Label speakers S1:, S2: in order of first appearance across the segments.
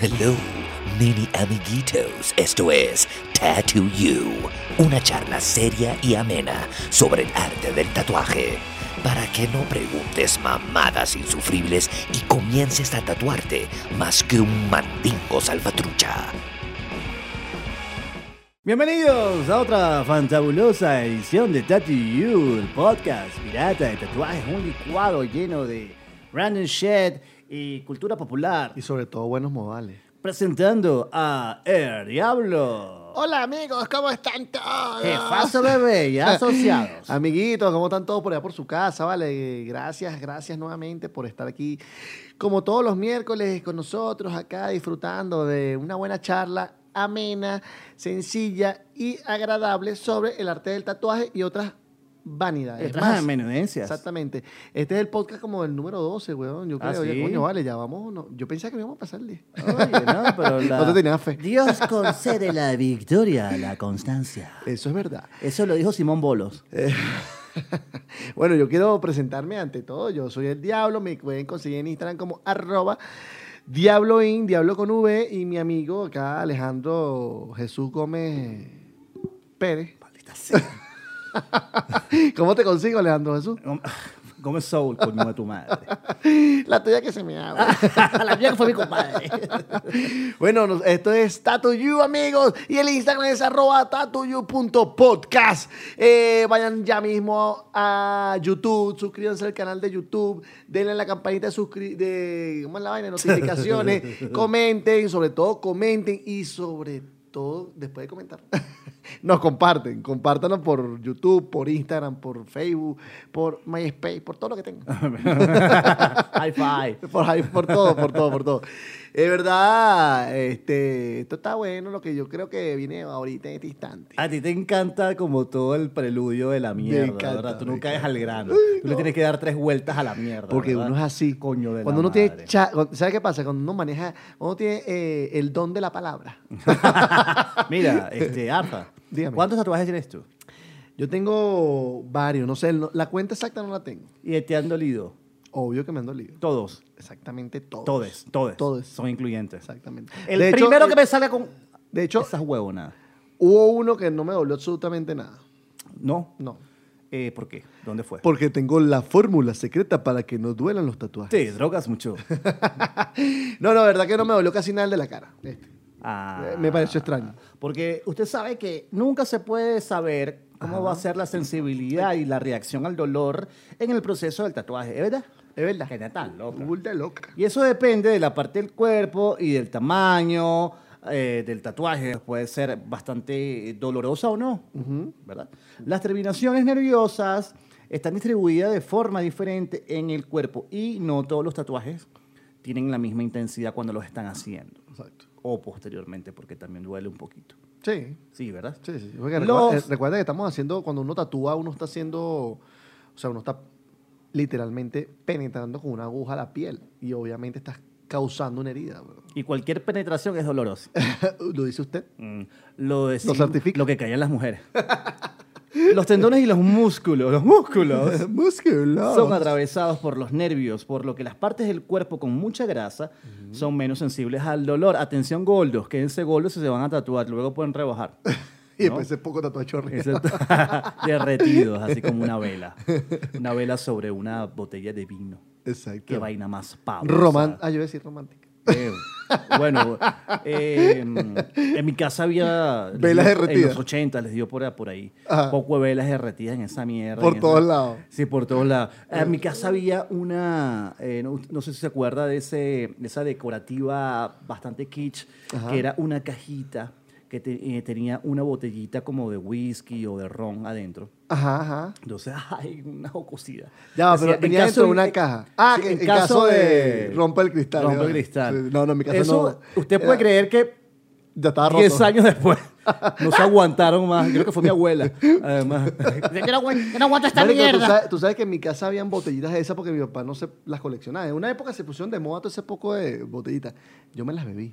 S1: Hello, mini amiguitos. Esto es Tattoo You, una charla seria y amena sobre el arte del tatuaje. Para que no preguntes mamadas insufribles y comiences a tatuarte más que un mandingo salvatrucha.
S2: Bienvenidos a otra fantabulosa edición de Tattoo You, el podcast pirata de tatuajes, un licuado lleno de random shit y cultura popular.
S3: Y sobre todo buenos modales.
S2: Presentando a El Diablo,
S3: Hola amigos, ¿cómo están todos?
S2: Jefazo Bebé y asociados.
S3: Amiguitos, ¿cómo están todos por allá por su casa? Vale, Eh, gracias, gracias nuevamente por estar aquí como todos los miércoles con nosotros acá disfrutando de una buena charla amena, sencilla y agradable sobre el arte del tatuaje y otras vanidades.
S2: Otras
S3: más.
S2: amenudencias.
S3: Exactamente. Este es el podcast como el número 12, weón. Yo
S2: Ah,
S3: creo, ya,
S2: ¿sí? Ah.
S3: coño, vale, ya vamos. no- yo pensaba que no íbamos a pasar el 10.
S2: Oye, no, pero la-
S3: No te tenía fe.
S2: Dios concede la victoria a la constancia.
S3: Eso es verdad.
S2: Eso lo dijo Simón Bolos.
S3: Eh. Bueno, yo quiero presentarme ante todo. Yo soy el Diablo. Me pueden conseguir en Instagram como arroba DiabloIn, Diablo con V. Y mi amigo acá, Alejandro Jesús Gómez Pérez. ¿Cómo te consigo, Alejandro Jesús?
S2: Gómez Soul, coño de tu madre.
S3: La tuya que se me habla.
S2: la mía que fue mi compadre.
S3: Bueno, nos- esto es TatuYou, amigos. Y el Instagram es arroba tatuyu.podcast. Eh, vayan ya mismo a YouTube, suscríbanse al canal de YouTube, denle a la campanita de, suscri- de ¿cómo es la vaina? notificaciones, comenten, sobre todo comenten y sobre todo, después de comentar, nos comparten. Compártanos por YouTube, por Instagram, por Facebook, por MySpace, por todo lo que tengan.
S2: High five.
S3: Por, ahí, por todo, por todo, por todo. Es verdad, este, esto está bueno, lo que yo creo que viene ahorita en este instante.
S2: A ti te encanta como todo el preludio de la mierda,
S3: encanta,
S2: ¿verdad? Tú
S3: me
S2: no caes al grano. Tú le
S3: no.
S2: tienes que dar tres vueltas a la mierda.
S3: Porque
S2: ¿verdad?
S3: uno es así.
S2: Coño de la
S3: Cuando uno
S2: madre.
S3: tiene, cha- cuando- ¿sabes qué pasa? Cuando uno maneja, uno tiene eh, el don de la palabra.
S2: Mira, este, Arfa,
S3: Dígame.
S2: ¿cuántos tatuajes tienes tú?
S3: Yo tengo varios, no sé, no- la cuenta exacta no la tengo.
S2: Y te han dolido.
S3: Obvio que me han dolido.
S2: Todos.
S3: Exactamente todos.
S2: Todes. Todes.
S3: Todes.
S2: Son incluyentes.
S3: Exactamente.
S2: El
S3: De hecho,
S2: primero
S3: eh,
S2: que me salga con
S3: De hecho,
S2: esas huevonadas.
S3: hubo uno que no me dolió absolutamente nada.
S2: ¿No?
S3: No.
S2: Eh, ¿Por qué? ¿Dónde fue?
S3: Porque tengo la fórmula secreta para que no duelan los tatuajes.
S2: Te drogas mucho.
S3: No, no, verdad que no me dolió casi nada el de la cara. Este.
S2: Ah.
S3: Eh, me pareció extraño.
S2: Porque usted sabe que nunca se puede saber cómo va a ser la sensibilidad y la reacción al dolor en el proceso del tatuaje, ¿es verdad?
S3: Es verdad.
S2: Que tan loca.
S3: Burda de loca.
S2: Y eso depende de la parte del cuerpo y del tamaño eh, del tatuaje. Puede ser bastante dolorosa o no, ¿verdad? Las terminaciones nerviosas están distribuidas de forma diferente en el cuerpo y no todos los tatuajes tienen la misma intensidad cuando los están haciendo.
S3: Exacto.
S2: O posteriormente, porque también duele un poquito.
S3: Sí,
S2: Sí, ¿verdad?
S3: sí, sí. Porque
S2: Los-
S3: recua- eh, recuerda que estamos haciendo, cuando uno tatúa, uno está haciendo, o sea, uno está literalmente penetrando con una aguja la piel y obviamente estás causando una herida. bro.
S2: Y cualquier penetración es dolorosa.
S3: Lo dice usted.
S2: Mm, Lo, de
S3: certifica.
S2: Lo que callan las mujeres. los tendones y los músculos. Los músculos.
S3: Muscular.
S2: Son atravesados por los nervios, por lo que las partes del cuerpo con mucha grasa son menos sensibles al dolor. Atención, goldos, quédense goldos si se van a tatuar, luego pueden rebajar.
S3: Y
S2: ¿no?
S3: después ese poco tatuaje chorrea.
S2: Excepto- derretidos, así como una vela. Una vela sobre una botella de vino.
S3: Exacto.
S2: Qué vaina más pavo.
S3: Román- Ah, yo iba a decir romántica.
S2: bueno, eh, en mi casa había.
S3: Velas
S2: En
S3: derretidas.
S2: los 80 les dio por, por ahí.
S3: Ajá.
S2: Poco de velas derretidas en esa mierda.
S3: Por
S2: en
S3: todos
S2: esa-
S3: lados.
S2: Sí, por todos lados. En mi casa había una, eh, no, no sé si se acuerda de, ese, de esa decorativa bastante kitsch, que era una cajita que te- eh, tenía una botellita como de whisky o de ron adentro.
S3: Ajá, ajá.
S2: Entonces, ay, una jocosidad.
S3: Ya,
S2: Decía,
S3: pero
S2: en
S3: venía
S2: caso
S3: dentro de una
S2: eh,
S3: caja. Ah, que- en caso de rompa el cristal,
S2: Rompa el
S3: ¿no?
S2: cristal.
S3: Sí, no, no, en mi caso
S2: Eso,
S3: no.
S2: Usted
S3: Era-
S2: puede creer que
S3: Ya estaba roto.
S2: 10 años después no se aguantaron más. Creo que fue mi abuela. Además, yo no aguanto, yo no aguanto esta
S3: Marico,
S2: mierda.
S3: Tú sabes, tú sabes que en mi casa habían botellitas de esas porque mi papá no se las coleccionaba. En una época se pusieron de moda todo ese poco de botellitas. Yo me las bebí.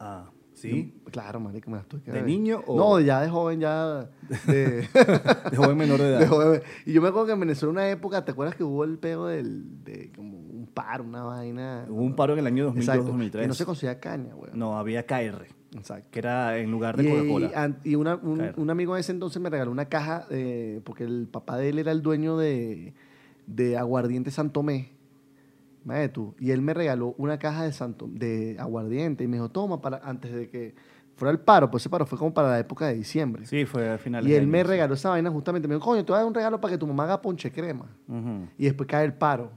S2: Ah, Sí.
S3: Claro, marico, me las tuve que
S2: ¿De
S3: ver.
S2: niño o-
S3: No, ya de joven, ya de...
S2: De joven menor de edad.
S3: de joven. Y yo me acuerdo que en Venezuela una época, ¿te acuerdas que hubo el pego del, de como un paro, una vaina?
S2: Hubo un paro en el año
S3: Exacto.
S2: 2002-2003.
S3: Que no se conseguía caña, güey.
S2: No, había KR,
S3: Exacto.
S2: que era en lugar
S3: Y, ah,
S2: de Coca-Cola.
S3: y an- y una- un,
S2: Claro.
S3: un amigo de ese entonces me regaló una caja, eh, porque el papá de él era el dueño de, de Aguardiente Santomé. Imagínate tú. Y él me regaló una caja de, Santo, de Aguardiente y me dijo, toma, para, antes de que fuera el paro, pues ese paro fue como para la época de diciembre.
S2: Sí, fue al final.
S3: y él me regaló esa vaina justamente. Me dijo, coño, te voy a dar un regalo para que tu mamá haga ponche crema. Y después cae el paro.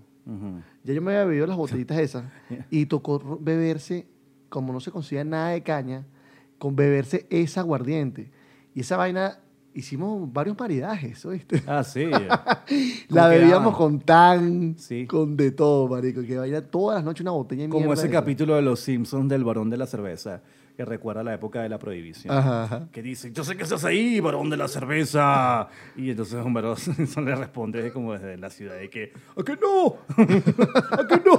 S3: Ya yo me había bebido las botellitas esas y tocó ro- beberse, como no se conseguía nada de caña, con beberse esa aguardiente. Y esa vaina, hicimos varios maridajes, ¿oíste?
S2: Ah, sí.
S3: La
S2: ¿Cómo
S3: bebíamos
S2: quedaban?
S3: con tan,
S2: Sí.
S3: con de todo, marico. Que vaina todas las noches una botella de
S2: Como
S3: mierda
S2: ese
S3: esa.
S2: capítulo de Los Simpsons del varón de la cerveza, que recuerda la época de la prohibición.
S3: Ajá, ajá.
S2: Que dice, yo sé que estás ahí, varón de la cerveza. Y entonces Homero Simpson le responde como desde la ciudad de que, ¿a que no? ¿A que no?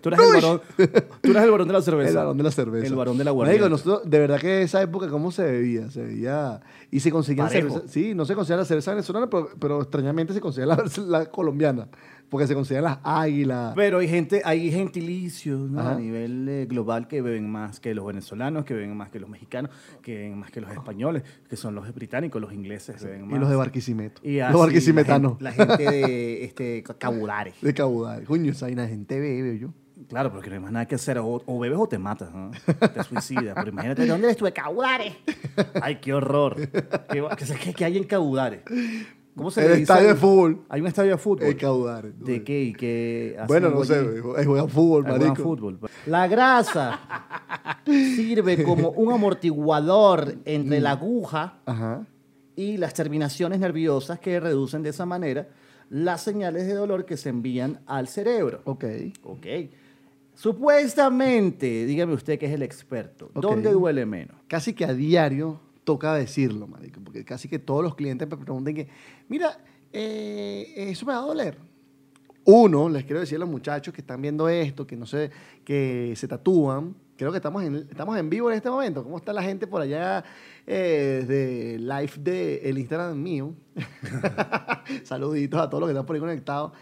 S2: Tú eres, el varón, tú eres el varón de la cerveza.
S3: El varón de la cerveza.
S2: Pues El varón de la
S3: Marico,
S2: guardia.
S3: nosotros, de verdad que esa época, ¿cómo se bebía? Se bebía. Y se conseguían
S2: Parejo.
S3: cerveza. Sí, no se conseguía la cerveza venezolana, pero, pero extrañamente se conseguía la, la colombiana. Porque se conseguían las águilas.
S2: Pero hay gente, hay gentilicios ¿no?
S3: Ajá.
S2: a nivel eh, global que beben más que los venezolanos, que beben más que los mexicanos, que beben más que los españoles, que son los británicos, los ingleses beben
S3: Y
S2: más.
S3: los de Barquisimeto.
S2: Y así
S3: los barquisimetanos.
S2: La gente, la gente de este, ca- cabulares.
S3: De Cabudal. Coño, esa vaina, gente bebe yo.
S2: Claro, porque no hay más nada que hacer. O, o bebes o te matas, ¿no? Te suicidas. Pero imagínate, ¿de dónde eres tú? De Cabulares. Ay, qué horror. ¿Qué, va- qué, qué- qué hay en Cabulares? ¿Cómo se
S3: El
S2: le dice?
S3: estadio
S2: al-
S3: de fútbol.
S2: Hay un estadio de fútbol.
S3: El Cabudal.
S2: ¿De qué? ¿Y qué? hacen
S3: Bueno, no
S2: algo
S3: sé,
S2: allí?
S3: güey, juegan fútbol,
S2: Ah, juegan
S3: marico.
S2: fútbol. La grasa sirve como un amortiguador entre la aguja
S3: Ajá.
S2: y las terminaciones nerviosas que reducen de esa manera las señales de dolor que se envían al cerebro.
S3: Ok.
S2: Ok. Supuestamente, dígame usted que es el experto,
S3: Ok.
S2: ¿dónde duele menos?
S3: Casi que a diario toca decirlo, marico. Porque casi que todos los clientes me preguntan que, mira, eh, eso me va a doler. Uno, les quiero decir a los muchachos que están viendo esto, que no sé, que se tatúan. Creo que estamos en, estamos en vivo en este momento. ¿Cómo está la gente por allá eh, de live de el Instagram mío? Saluditos a todos los que están por ahí conectados.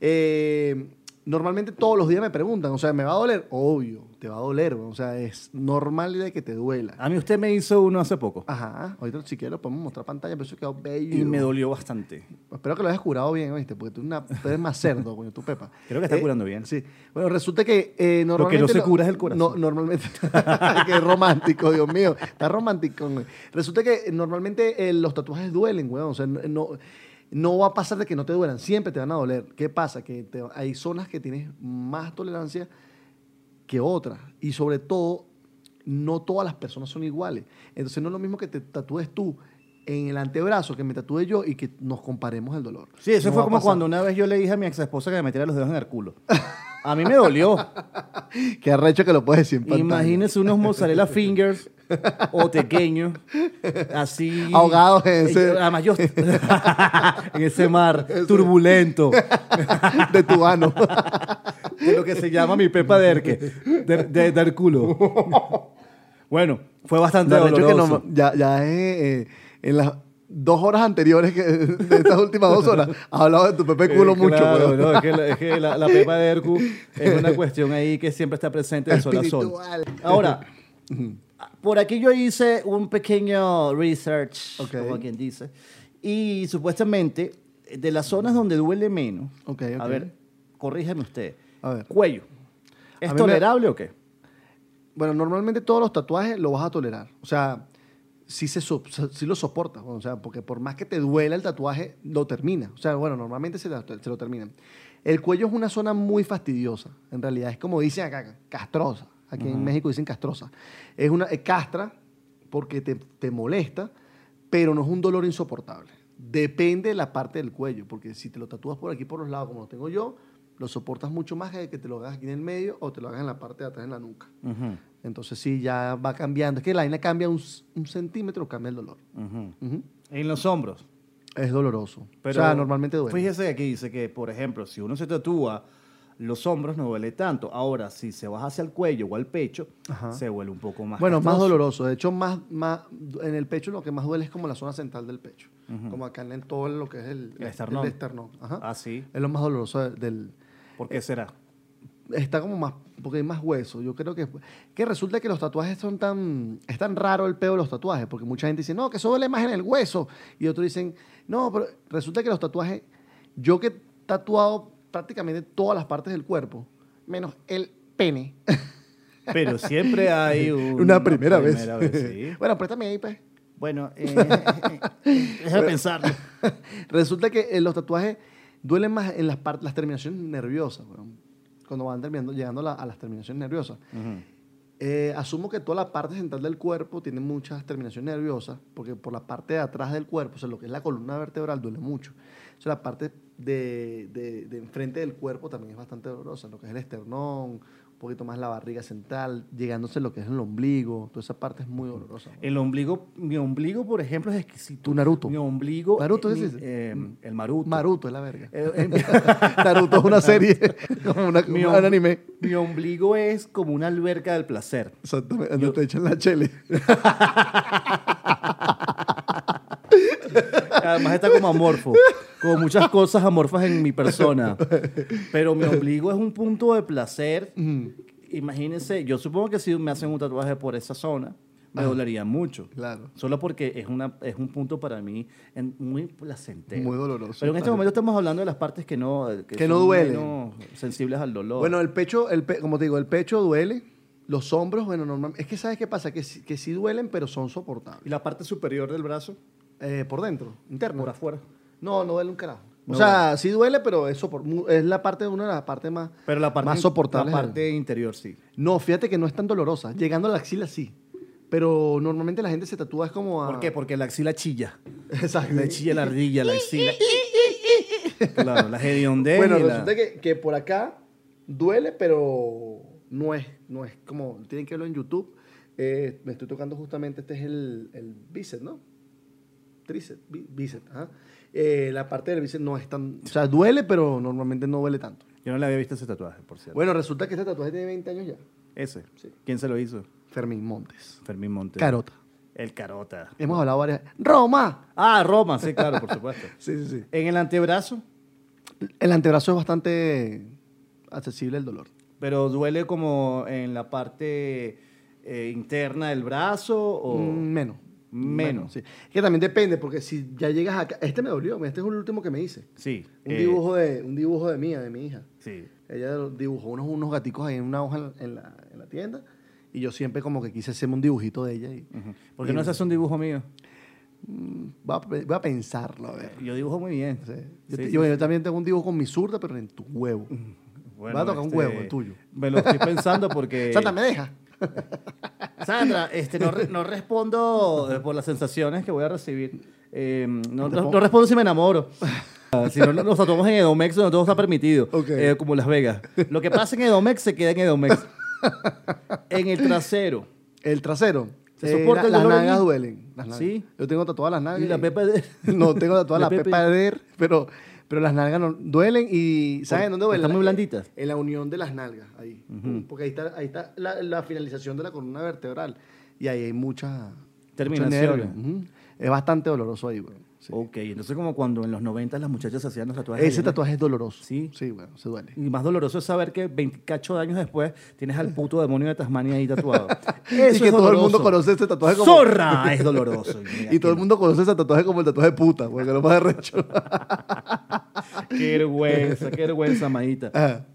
S3: Eh, normalmente todos los días me preguntan, o sea, ¿me va a doler? Obvio, te va a doler. O sea, es normal de que te duela.
S2: A mí usted me hizo uno hace poco
S3: Ah, Ajá, ahorita si quieres lo podemos mostrar pantalla, pero eso quedó bello.
S2: y me dolió bastante.
S3: Espero que lo hayas curado bien, ¿oíste? Porque tú, una- tú eres más cerdo, coño, tu pepa.
S2: Creo que está curando bien.
S3: Eh, Sí. Bueno, resulta que eh, normalmente...
S2: se cura es el corazón.
S3: no- normalmente... Qué romántico, Dios mío. Está romántico, güey. Resulta que normalmente eh, los tatuajes duelen, güey. O sea, no... No va a pasar de que no te duelan, siempre te van a doler. ¿Qué pasa? Que te- hay zonas que tienes más tolerancia que otras. Y sobre todo, no todas las personas son iguales. Entonces no es lo mismo que te tatúes tú en el antebrazo que me tatúe yo y que nos comparemos el dolor.
S2: Sí, eso
S3: No va
S2: fue
S3: a
S2: como
S3: pasar.
S2: cuando una vez yo le dije a mi ex esposa que me metiera los dedos en el culo. A mí me dolió.
S3: Qué arrecho que lo puedes decir en pantalla.
S2: Imagínense unos mozzarella fingers o tequeños, así.
S3: Ahogados en ese-
S2: Eh, Además, yo. en ese mar turbulento,
S3: De tu mano.
S2: de lo que se llama mi pepa de erque, de, de- del culo. Bueno, fue bastante
S3: Lo arrecho que
S2: doloroso.
S3: no- ya, ya es eh, en las dos horas anteriores que, de estas últimas dos horas has hablado de tu Pepe culo
S2: Eh,
S3: mucho.
S2: claro,
S3: weón.
S2: no, es que, la, es que la- la pepa de Hercu es una cuestión ahí que siempre está presente de sol a sol.
S3: Espiritual.
S2: Ahora, por aquí yo hice un pequeño research,
S3: Ok.
S2: como quien dice, y supuestamente eh, de las zonas donde duele menos,
S3: Ok, ok.
S2: a ver, corrígeme usted,
S3: A ver.
S2: cuello,
S3: A
S2: ¿es
S3: mí me-
S2: tolerable o qué?
S3: Bueno, normalmente todos los tatuajes lo vas a tolerar. O sea, sí, se so- so- sí lo soportas. O sea, porque por más que te duela el tatuaje, lo termina. O sea, bueno, normalmente se, la- se lo terminan. El cuello es una zona muy fastidiosa. En realidad es como dicen acá, castrosa. Aquí en México dicen castrosa. Es una es castra porque te, te molesta, pero no es un dolor insoportable. Depende de la parte del cuello, porque si te lo tatúas por aquí, por los lados, como lo tengo yo, lo soportas mucho más que que te lo hagas aquí en el medio o te lo hagas en la parte de atrás, en la nuca. Entonces sí, ya va cambiando. Es que la vaina cambia un, c- un centímetro, cambia el dolor. Ujú.
S2: En los hombros.
S3: Es doloroso.
S2: Pero
S3: o sea, normalmente duele.
S2: Fíjese que aquí dice que, por ejemplo, si uno se tatúa los hombros no duele tanto. Ahora, si se baja hacia el cuello o al pecho,
S3: Ajá.
S2: se duele un poco más.
S3: Bueno, más
S2: castroso.
S3: doloroso. De hecho, más, más en el pecho lo que más duele es como la zona central del pecho. Como acá en todo lo que es el,
S2: El esternón.
S3: el esternón. Ajá.
S2: Ah, sí.
S3: Es lo más doloroso del, del-
S2: ¿Por qué será?
S3: Está como más... Porque hay más hueso. Yo creo que... Que resulta que los tatuajes son tan... Es tan raro el peo de los tatuajes. Porque mucha gente dice, no, que eso duele más en el hueso. Y otros dicen, no, pero resulta que los tatuajes... Yo que he tatuado prácticamente todas las partes del cuerpo, menos el pene.
S2: Pero siempre hay un-
S3: Una primera, vez.
S2: sí.
S3: bueno, préstame ahí, pues.
S2: Bueno, eh, déjame pensarlo.
S3: Resulta que eh, los tatuajes duelen más en las, par- las terminaciones nerviosas, weón. cuando van terminando, llegando a, la- a las terminaciones nerviosas. Eh, asumo que toda la parte central del cuerpo tiene muchas terminaciones nerviosas, porque por la parte de atrás del cuerpo, o sea, lo que es la columna vertebral, duele mucho. O sea, la parte de, de- de enfrente del cuerpo también es bastante dolorosa, lo que es el esternón, un poquito más la barriga central, llegándose lo que es el ombligo, toda esa parte es muy dolorosa. weón.
S2: El ombligo, mi ombligo, por ejemplo, es exquisito.
S3: Tu Naruto.
S2: Mi ombligo.
S3: Naruto,
S2: eh,
S3: ¿es
S2: mi-
S3: ese?
S2: eh, el Maruto.
S3: Maruto es la verga.
S2: Eh, eh,
S3: Naruto es una serie, como una,
S2: mi,
S3: un
S2: om-
S3: anime.
S2: mi ombligo es como una alberca del placer.
S3: Exactamente, donde te echan la chele.
S2: Además está como amorfo, como muchas cosas amorfas en mi persona. Pero mi ombligo es un punto de placer.
S3: Mm.
S2: Imagínense, yo supongo que si me hacen un tatuaje por esa zona, me dolería mucho.
S3: Claro.
S2: Solo porque es, una, es un punto para mí en- muy placentero.
S3: Muy doloroso.
S2: Pero en este
S3: Claro.
S2: momento estamos hablando de las partes que no...
S3: Que no
S2: son
S3: duelen.
S2: menos sensibles al dolor.
S3: Bueno, el pecho, el pe- como te digo, el pecho duele. Los hombros, bueno, normalmente. Es que sabes qué pasa, que, sí- que sí duelen, pero son
S2: ¿Y
S3: soportables.
S2: la parte superior del brazo?
S3: Eh, por dentro, interno.
S2: Por afuera.
S3: No, no duele un carajo.
S2: No
S3: o sea, sí duele, pero es, sopor- mu- es la parte de una de las partes más,
S2: Pero la parte,
S3: más soportable.
S2: La parte interior, sí.
S3: No, fíjate que no es tan dolorosa. Llegando a la axila, sí. Pero normalmente la gente se tatúa es como a.
S2: ¿Por qué? Porque la axila chilla.
S3: Exacto.
S2: La chilla, la ardilla, la axila. claro, la hediondez.
S3: Bueno,
S2: y la-
S3: resulta que, que por acá duele, pero no es, no es como, tienen que verlo en YouTube. Eh, me estoy tocando justamente, este es el, el bíceps, ¿no? Tríceps, bí- bíceps, ajá. Eh, la parte del bíceps no es tan, o sea, duele, pero normalmente no duele tanto.
S2: Yo no le había visto ese tatuaje, por cierto.
S3: Bueno, resulta que este tatuaje tiene 20 años ya.
S2: ese.
S3: Sí.
S2: ¿Quién se lo hizo?
S3: Fermín Montes.
S2: Fermín Montes.
S3: Carota.
S2: El carota.
S3: Hemos hablado varias. ¡Roma!
S2: Ah, Roma, sí, claro, por supuesto.
S3: Sí, sí, sí.
S2: En el antebrazo,
S3: El antebrazo es bastante accesible el dolor.
S2: pero duele como en la parte eh, interna del brazo o...
S3: Mm, Menos.
S2: Menos.
S3: sí. Que también depende, porque si ya llegas acá. Este me dolió, este es el último que me hice.
S2: Sí.
S3: Un
S2: eh,
S3: dibujo de un dibujo de mía, de mi hija.
S2: Sí.
S3: Ella lo- dibujó unos, unos gaticos ahí en una hoja en la, en la- en la tienda. Y yo siempre como que quise hacerme un dibujito de ella. Y
S2: Ujú. ¿Por qué no se hace un dibujo mío?
S3: voy, a, pe- voy a pensarlo, a ver.
S2: Yo dibujo muy bien.
S3: Sí. Yo,
S2: Sí,
S3: te-
S2: sí,
S3: yo- yo también tengo un dibujo con mi zurda, pero en tu huevo.
S2: Bueno, este,
S3: Va a tocar un huevo, el tuyo.
S2: Me lo estoy pensando porque...
S3: Santa, ¿me deja?
S2: Sandra, este, no, re- no respondo eh, por las sensaciones que voy a recibir. Eh, no,
S3: te
S2: no-
S3: pongo-
S2: no respondo si me enamoro. Ah, Si no, no- nos tatuamos en Edomex, donde todo está permitido.
S3: Ok.
S2: eh, como Las Vegas. Lo que pasa en Edomex se queda en Edomex. En el trasero.
S3: El trasero.
S2: ¿Se soporta el
S3: Eh, las
S2: dolor
S3: nalgas
S2: allí?
S3: duelen. las nalgas.
S2: Sí.
S3: Yo tengo tatuadas las nalgas.
S2: Y la
S3: y-
S2: pepa de-
S3: Ah, No, tengo tatuada la
S2: La pepe.
S3: pepa de der, pero, pero las nalgas no, duelen y ¿saben dónde duelen?
S2: están muy blanditas.
S3: En la unión de las nalgas, ahí. Porque ahí está, ahí está la, la finalización de la columna vertebral. Y ahí hay muchas
S2: Terminaciones.
S3: Es bastante doloroso ahí, güey. Sí.
S2: Ok, entonces como cuando en los 90 las muchachas se hacían los tatuajes.
S3: Ese
S2: rellenos.
S3: tatuaje es doloroso.
S2: Sí.
S3: Sí, güey, se duele.
S2: Y más doloroso es saber que 28 años después tienes al puto demonio de Tasmania ahí tatuado.
S3: Y que todo el mundo conoce ese tatuaje como-
S2: ¡Zorra! Es doloroso. Mira,
S3: Y todo el
S2: qué
S3: mundo conoce ese tatuaje como el tatuaje de puta, porque lo más arrecho.
S2: Qué vergüenza, qué vergüenza, Maíta.
S3: Ajá.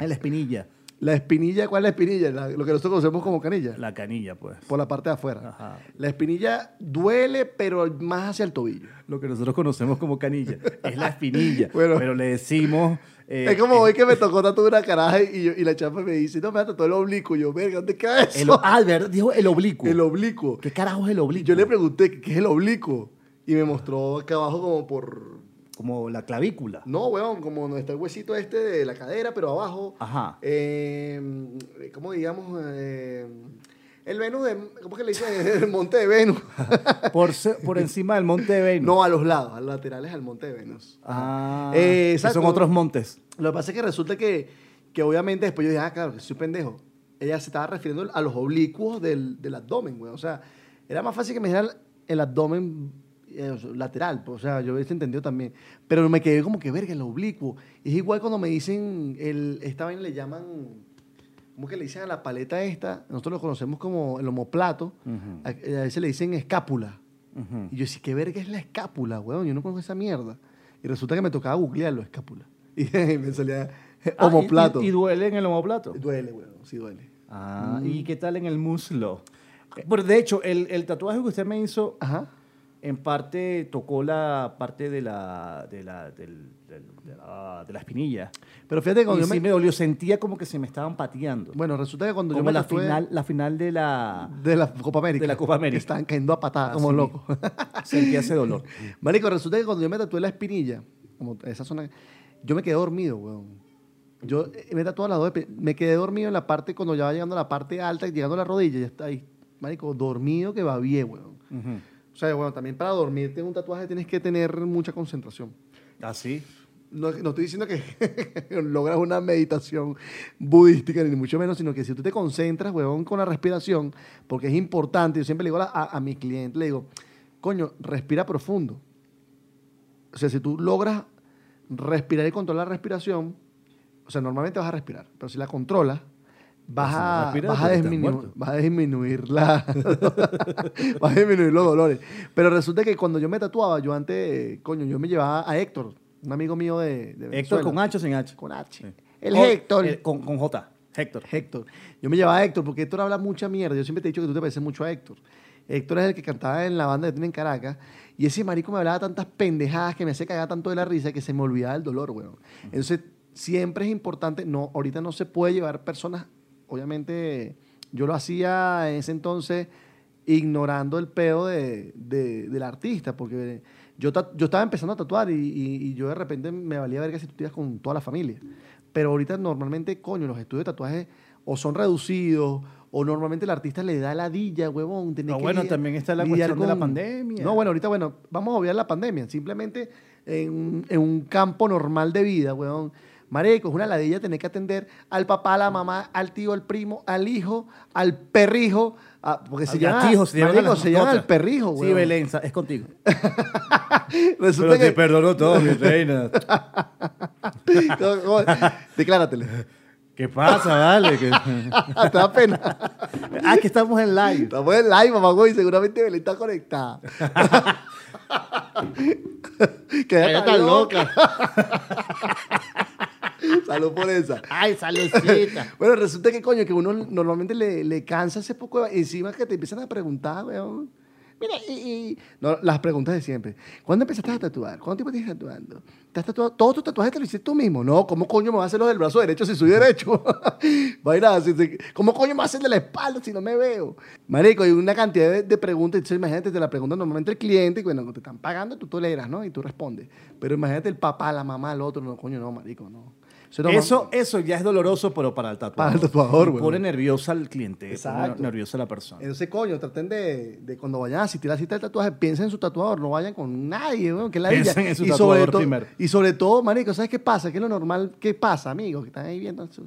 S2: En la espinilla.
S3: Ah. La espinilla, ¿cuál es la espinilla? La- lo que nosotros conocemos como canilla.
S2: La canilla, pues.
S3: Por la parte de afuera.
S2: Ajá.
S3: La espinilla duele, pero más hacia el tobillo.
S2: Lo que nosotros conocemos como canilla. Es la espinilla.
S3: Bueno.
S2: pero le decimos. eh,
S3: es como hoy que me tocó tatuar una caraja y, yo- y la chapa me dice, no, me tatuó el oblicuo. Y yo, verga, ¿dónde queda
S2: el-
S3: eso?
S2: Albert dijo el oblicuo.
S3: El oblicuo.
S2: ¿Qué carajo es el oblicuo?
S3: Yo le pregunté, ¿qué es el oblicuo? Y me mostró acá abajo como por...
S2: Como la clavícula.
S3: No, weón, como donde está el huesito este de la cadera, pero abajo.
S2: Ajá.
S3: Eh, ¿Cómo digamos? Eh, el Venus de... ¿Cómo que le dicen? El monte de Venus.
S2: Por, se- por encima del monte de Venus.
S3: no, a los lados, a los laterales al monte de Venus.
S2: Ah,
S3: Eh,
S2: que
S3: exacto.
S2: son otros montes.
S3: Lo que pasa es que resulta que que obviamente después yo dije, ah, claro, que soy pendejo. Ella se estaba refiriendo a los oblicuos del, del abdomen, güey. O sea, era más fácil que me dijera el abdomen eh, o sea, lateral, pues, o sea, yo hubiese entendido también. Pero me quedé como que, verga, el oblicuo. Es igual cuando me dicen, el, esta vaina le llaman, ¿cómo que le dicen a la paleta esta? Nosotros lo conocemos como el homoplato.
S2: Ujú.
S3: a, a veces le dicen escápula.
S2: Ujú.
S3: Y yo, sí, ¿qué verga es la escápula, weón? Yo no conozco esa mierda. Y resulta que me tocaba googlearlo, escápula. Y me salía eh,
S2: Ah, y-
S3: homoplato.
S2: Y, y duele en el homoplato.
S3: Duele, weón, sí duele. Mm.
S2: Ah, ¿y qué tal en el muslo? Bueno, de hecho, el, el tatuaje que usted me hizo
S3: Ajá.
S2: en parte tocó la parte de la, de la, del- del- de la, de la espinilla.
S3: Pero fíjate que cuando
S2: Y
S3: yo
S2: sí
S3: me...
S2: me dolió, sentía como que se me estaban pateando.
S3: Bueno, resulta que cuando yo
S2: como
S3: me
S2: la,
S3: tatué
S2: final, la final de la...
S3: de la Copa América.
S2: de la Copa América. Ah,
S3: Estaban cayendo a patadas Ah, como
S2: Así
S3: locos.
S2: Sentía ese dolor.
S3: Marico, resulta que cuando yo me tatué la espinilla, como esa zona, yo me quedé dormido, weón. Yo eh, me tatué las dos, espi- me quedé dormido en la parte, cuando ya va llegando a la parte alta, llegando a la rodilla, ya está ahí, marico, dormido que va bien, weón. O sea, bueno, también para dormirte en un tatuaje tienes que tener mucha concentración. Ah,
S2: ¿Así?
S3: No, no estoy diciendo que logras una meditación budística, ni mucho menos, sino que si tú te concentras, huevón, con la respiración, porque es importante, yo siempre le digo a, la- a- a mi cliente, le digo, coño, respira profundo. O sea, si tú logras respirar y controlar la respiración, o sea, normalmente vas a respirar, pero si la controlas, vas
S2: Pues si no
S3: a,
S2: respiras,
S3: vas a
S2: pues estás
S3: disminu-
S2: muerto.
S3: vas a disminuir la, vas a disminuir los dolores. Pero resulta que cuando yo me tatuaba, yo antes, eh, coño, yo me llevaba a Héctor, un amigo mío de, de
S2: ¿Héctor
S3: Venezuela.
S2: con H o sin H?
S3: Con H.
S2: Sí.
S3: El
S2: O-
S3: Héctor.
S2: el- con, con J. Héctor.
S3: Héctor. Yo me llevaba a Héctor porque Héctor habla mucha mierda. Yo siempre te he dicho que tú te pareces mucho a Héctor. Héctor es el que cantaba en la banda que tiene en Caracas. Y ese marico me hablaba tantas pendejadas que me hacía cagar tanto de la risa que se me olvidaba el dolor, weón. Entonces, siempre es importante. No, ahorita no se puede llevar personas. Obviamente, yo lo hacía en ese entonces ignorando el pedo de- de- del artista, porque yo, ta- yo estaba empezando a tatuar y, y- y yo de repente me valía ver que si tú ibas con toda la familia. Pero ahorita normalmente, coño, los estudios de tatuaje o son reducidos o normalmente el artista le da ladilla, huevón. tener
S2: No,
S3: que
S2: bueno,
S3: lidia-
S2: también está la
S3: lidiar
S2: cuestión de la pandemia.
S3: No, bueno, ahorita, bueno, vamos a obviar la pandemia. Simplemente en, un- en un campo normal de vida, huevón. Marico, es una ladilla tener que atender al papá, a la mamá, al tío, al primo, al hijo, al perrijo, a- porque Ah, se
S2: Al
S3: llama,
S2: gatijo, se llaman a
S3: marico,
S2: las
S3: se llama al
S2: mascotas.
S3: perrijo,
S2: Sí,
S3: huevón.
S2: Belén, sa- es contigo.
S3: Resulta que...
S2: perdono todo, mi reina.
S3: Decláratele.
S2: ¿Qué pasa, vale?
S3: Te da pena.
S2: ah, que estamos en live.
S3: Estamos en live, mamá, güey. Seguramente Belén está conectada. que ella está loca. Salud por esa.
S2: Ay, saludcita.
S3: Bueno, resulta que, coño, que uno normalmente le, le cansa ese poco. de- Encima que te empiezan a preguntar, weón. Mira, y, y- No, las preguntas de siempre. ¿Cuándo empezaste a tatuar? ¿Cuánto tiempo tienes tatuando? ¿Te has tatuado? ¿Todos tus tatuajes te lo hiciste tú mismo? No, ¿cómo coño me vas a hacer los del brazo derecho si soy derecho? Vaina, si- si- ¿cómo coño me vas a hacer de la espalda si no me veo? Marico, hay una cantidad de, de preguntas. Entonces, imagínate, te la pregunta normalmente el cliente. Y bueno, cuando te están pagando, tú toleras, ¿no? Y tú respondes. Pero imagínate el papá, la mamá, el otro. No, coño, no, marico, no. no-
S2: Eso, eso ya es doloroso, pero para el tatuador.
S3: Para el tatuador,
S2: Y
S3: güey.
S2: Pone nerviosa al cliente, eh, pone
S3: Exacto.
S2: nerviosa a la persona.
S3: Entonces, coño, traten de, de cuando vayan a asistir a la cita del tatuaje, piensen en su tatuador, no vayan con nadie, weón, que es la
S2: Piensen
S3: ladilla.
S2: en su
S3: y
S2: tatuador
S3: sobre todo-
S2: primero.
S3: Y sobre todo, marico, ¿sabes qué pasa? Que es lo normal que pasa, amigos, que están ahí viendo. eso.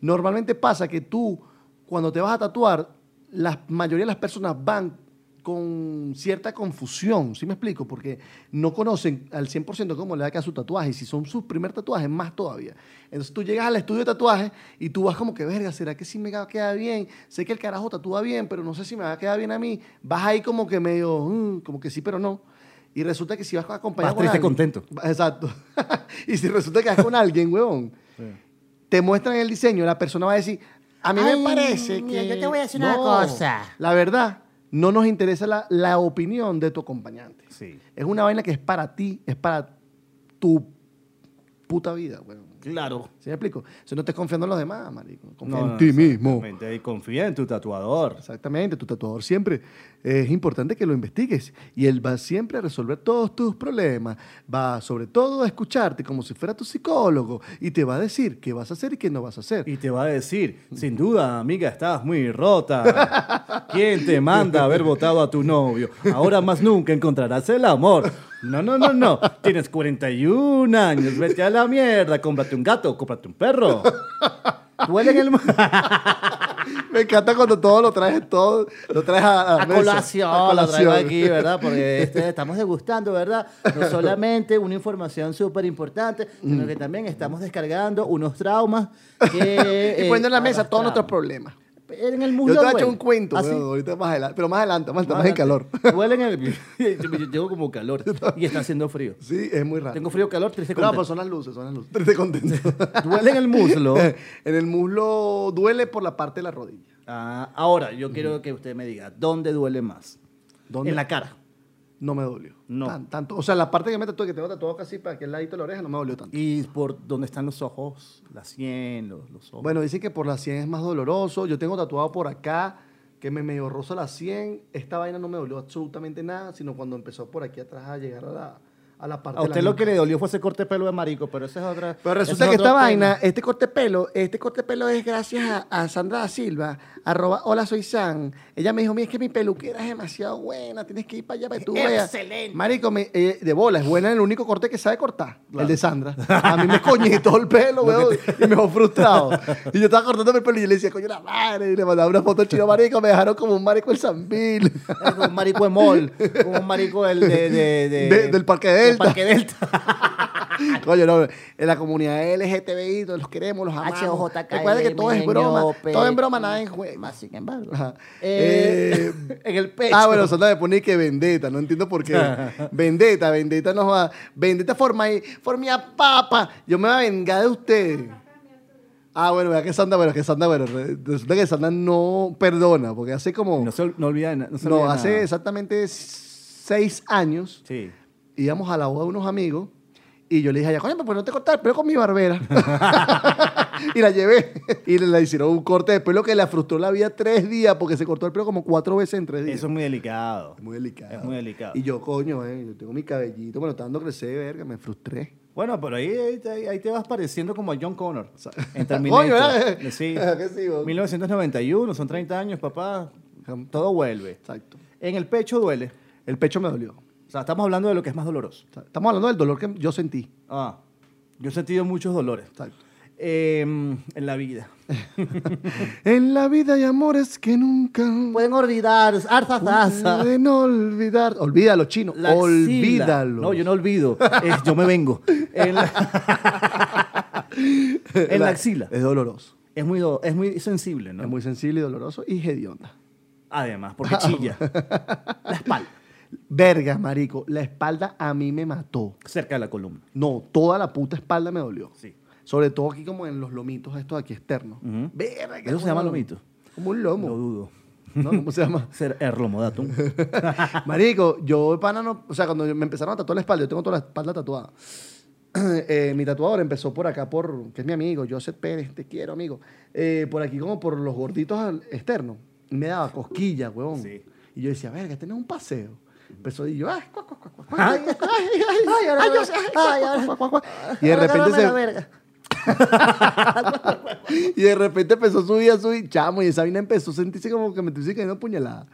S3: Normalmente pasa que tú, cuando te vas a tatuar, la mayoría de las personas van con cierta confusión, ¿sí me explico? Porque no conocen al 100% cómo le va a quedar su tatuaje, y si son sus primer tatuajes, más todavía. Entonces tú llegas al estudio de tatuaje y tú vas como que, verga, ¿será que sí me va a quedar bien? Sé que el carajo tatúa bien, pero no sé si me va a quedar bien a mí. Vas ahí como que medio, "Mm", como que sí, pero no. Y resulta que si vas acompañado
S2: Vas triste,
S3: con alguien-
S2: contento.
S3: Exacto. y si resulta que vas con alguien, huevón, te muestran el diseño, la persona va a decir, a mí
S4: Ay,
S3: me parece
S4: mira,
S3: que...
S4: yo te voy a decir una cosa.
S3: La verdad, no nos interesa la, la opinión de tu acompañante.
S2: Sí.
S3: Es una vaina que es para ti, es para tu puta vida, huevón.
S2: Claro.
S3: ¿Sí me explico? Si no estés confiando en los demás, marico. Confía
S2: No,
S3: en
S2: no,
S3: ti mismo.
S2: exactamente. Y confía en tu tatuador.
S3: Exactamente, tu tatuador siempre eh, es importante que lo investigues y él va siempre a resolver todos tus problemas, va sobre todo a escucharte como si fuera tu psicólogo y te va a decir qué vas a hacer y qué no vas a hacer.
S2: Y te va a decir, sin duda, amiga, estás muy rota. ¿Quién te manda a haber votado a tu novio? Ahora más nunca encontrarás el amor. No, no, no, no. Tienes 41 años. Vete a la mierda. Cómprate un gato, cómprate un perro. Duele en el mu-
S3: Me encanta cuando todo lo traes todo, lo traes a, a
S2: a
S3: mesa,
S2: colación,
S3: a
S2: lo traigo
S3: colación.
S2: aquí, ¿verdad? Porque este, estamos degustando, ¿verdad? No solamente una información súper importante,
S3: Mm.
S2: sino que también estamos descargando unos traumas que...
S3: Y poniendo en la
S2: eh,
S3: mesa todos nuestros
S2: arrastramos.
S3: problemas.
S2: En el mundo
S3: Yo te voy a echar
S2: duele.
S3: un cuento,
S2: Así,
S3: weón, ahorita más adelante, pero más adelante, más,
S2: más
S3: más en calor.
S2: adelante. Duele en el... Yo- yo Tengo como calor y está haciendo frío.
S3: Sí, es muy raro.
S2: Tengo frío, calor, triste
S3: Ah. Pero, no, pues
S2: contento.
S3: son las luces, son las luces. Te contento.
S2: Duele en el muslo.
S3: en el muslo duele por la parte de la rodilla.
S2: Ah, ahora, yo quiero que usted me diga, ¿dónde duele más?
S3: ¿Dónde?
S2: En la cara.
S3: No me dolió.
S2: No.
S3: Tan- tanto. O sea, la parte que me tatué, que tengo tatuado casi para aquel ladito de la oreja, no me dolió tanto.
S2: Y por donde están los ojos, la sien, los, los ojos.
S3: Bueno, dicen que por la 100 es más doloroso. Yo tengo tatuado por acá, que me medio rosa la 100. Esta vaina no me dolió absolutamente nada, sino cuando empezó por aquí atrás a llegar a la, a la parte
S2: A
S3: de la
S2: usted lo
S3: nuca.
S2: que le dolió fue ese corte de pelo de marico, pero esa es otra.
S3: Pero
S2: ese
S3: resulta
S2: es
S3: que
S2: otro
S3: esta
S2: tema.
S3: vaina, este corte de pelo, este corte de pelo es gracias a, a Sandra da Silva, arroba hola soy San. Ella me dijo, mira, es que mi peluquera es demasiado buena, tienes que ir para allá para que tú veas.
S2: Excelente.
S3: Marico, me- eh, de bola, es buena en el único corte que sabe cortar, el de Sandra. A mí me coñetó el pelo, weón, y me dejó frustrado. Y yo estaba cortándome el pelo y yo le decía, coño, la madre, y le mandaba una foto al chino marico, me dejaron como un marico el Zambil.
S2: Es como un marico de mall, como un marico del, de, de- de-
S3: De- del Parque Delta.
S2: Parque Delta.
S3: Coño, no, en la comunidad LGTBI todos los queremos, los amamos.
S2: HOJK,
S3: Recuerda que todo es broma,
S2: Milenio,
S3: todo es
S2: Pe-
S3: broma, nada es juego.
S2: Más sin embargo.
S3: Ajá.
S2: Eh,
S3: Eh,
S2: en el pecho.
S3: Ah, bueno, Sandra me pone que vendetta, no entiendo por qué. vendetta, vendetta nos va. Vendetta forma ahí, formía papa. Yo me voy a vengar de ustedes. Ah, bueno, vea que Sandra, bueno, que Sandra, bueno, re- resulta que Sandra no perdona, porque hace como.
S2: No, se, ol- no olvida de na- No, se
S3: no,
S2: olvida de
S3: hace
S2: nada.
S3: exactamente seis años
S2: Sí.
S3: íbamos a la boda de unos amigos y yo le dije a ella, coño, pero no te cortar el pelo con mi barbera. y la llevé y le, le hicieron un corte de pelo que la frustró la vida tres días porque se cortó el pelo como cuatro veces en tres días.
S2: Eso es muy delicado.
S3: es muy delicado.
S2: es muy delicado.
S3: Y yo, coño, eh, yo tengo mi cabellito, me lo está dando crecer, verga, me frustré.
S2: Bueno, pero ahí, ahí, te- ahí te vas pareciendo como a John Connor. En
S3: Coño,
S2: Terminator. Eh,
S3: ¿verdad?
S2: Sí.
S3: Que sí, vos.
S2: 1991, son 30 años, papá. Todo vuelve.
S3: Exacto.
S2: En el pecho duele.
S3: El pecho me dolió.
S2: O sea, estamos hablando de lo que es más doloroso.
S3: O sea, Estamos hablando del dolor que yo sentí.
S2: Ah, yo he sentido muchos dolores.
S3: Exacto.
S2: Eh, en la vida.
S3: en la vida hay amores que nunca
S2: Pueden olvidar, harta
S3: pueden olvidar. Olvídalo, chino. Olvídalo.
S2: No, yo no olvido. Es- yo me vengo. En la, en la axila.
S3: Es doloroso.
S2: Es muy, do- es muy sensible,
S3: Es
S2: ¿no?
S3: muy sensible y doloroso y hedionda.
S2: Además, porque chilla. La espalda.
S3: Verga, marico. La espalda a mí me mató.
S2: Cerca de la columna.
S3: No, toda la puta espalda me dolió.
S2: Sí.
S3: Sobre todo aquí como en los lomitos estos aquí externos. Verga.
S2: ¿Eso se llama lomito?
S3: Como un
S2: No
S3: lomo.
S2: dudo.
S3: ¿No? ¿Cómo se llama?
S2: Ser erlomodatum.
S3: Marico, yo pana no, o sea, cuando me empezaron a tatuar la espalda, yo tengo toda la espalda tatuada. Eh, mi tatuador empezó por acá, por, que es mi amigo, Joseph Pérez, te quiero, amigo. Eh, por aquí como por los gorditos al- externos. Y me daba cosquillas, huevón.
S2: Sí.
S3: Y yo decía, verga, este no es un paseo. Empezó y yo, ay, cuac, cuac, cuac, cuac, cuac,
S2: Ay,
S3: cuac, cuac, ay, ay,
S2: ay, ahora
S3: ay,
S2: me-
S3: yo sé, ay, cuac,
S2: ay, ahora-
S3: cuac, cuac, cuac, cuac. Y de repente se- y de repente empezó a subir, a subir, chamo, y esa vaina empezó a sentirse como que me estuviese cayendo puñalada.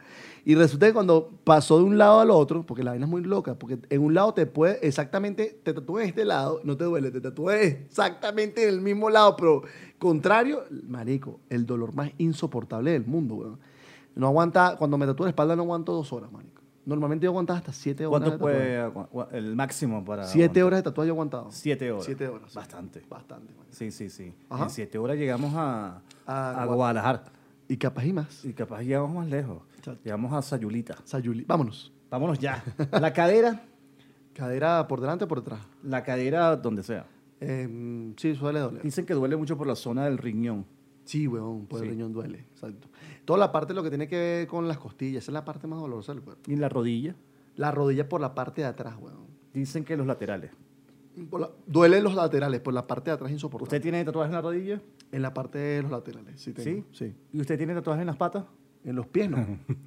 S3: Y resulta que cuando pasó de un lado al otro, porque la vaina es muy loca, porque en un lado te puede exactamente, te tatúas de este lado, no te duele, te tatúas exactamente en el mismo lado, pero contrario, marico, el dolor más insoportable del mundo, weón. No aguanta, cuando me tatúo la espalda no aguanto dos horas, marico. Normalmente yo aguantaba hasta siete horas.
S2: ¿Cuánto
S3: de tatuaje.
S2: puede agu- agu- el máximo para.?
S3: Siete
S2: aguantar?
S3: horas de tatuaje yo he aguantado.
S2: Siete horas.
S3: Siete horas.
S2: Bastante.
S3: Bastante, marico.
S2: Sí, sí, sí.
S3: Ajá.
S2: En siete horas llegamos a,
S3: A
S2: a Guadalajara.
S3: Y capaz y más.
S2: Y capaz llegamos más lejos.
S3: Exacto.
S2: Llegamos a Sayulita.
S3: Sayuli, vámonos.
S2: Vámonos ya. La cadera,
S3: ¿Cadera por delante o por detrás?
S2: la cadera donde sea.
S3: Em, sí, suele doler.
S2: Dicen que duele mucho por la zona del riñón.
S3: Sí, weón, por el
S2: Sí.
S3: riñón duele. Exacto. Toda la parte lo que tiene que ver con las costillas, esa es la parte más dolorosa del cuerpo.
S2: Y en la rodilla,
S3: La rodilla por la parte de atrás, weón.
S2: dicen que los laterales.
S3: Por la- duele los laterales, por la parte de atrás es insoportable.
S2: ¿Usted tiene tatuajes en la rodilla?
S3: En la parte de los laterales, sí tengo.
S2: ¿Sí? ¿Y usted tiene tatuajes en las patas?
S3: En los pies, no.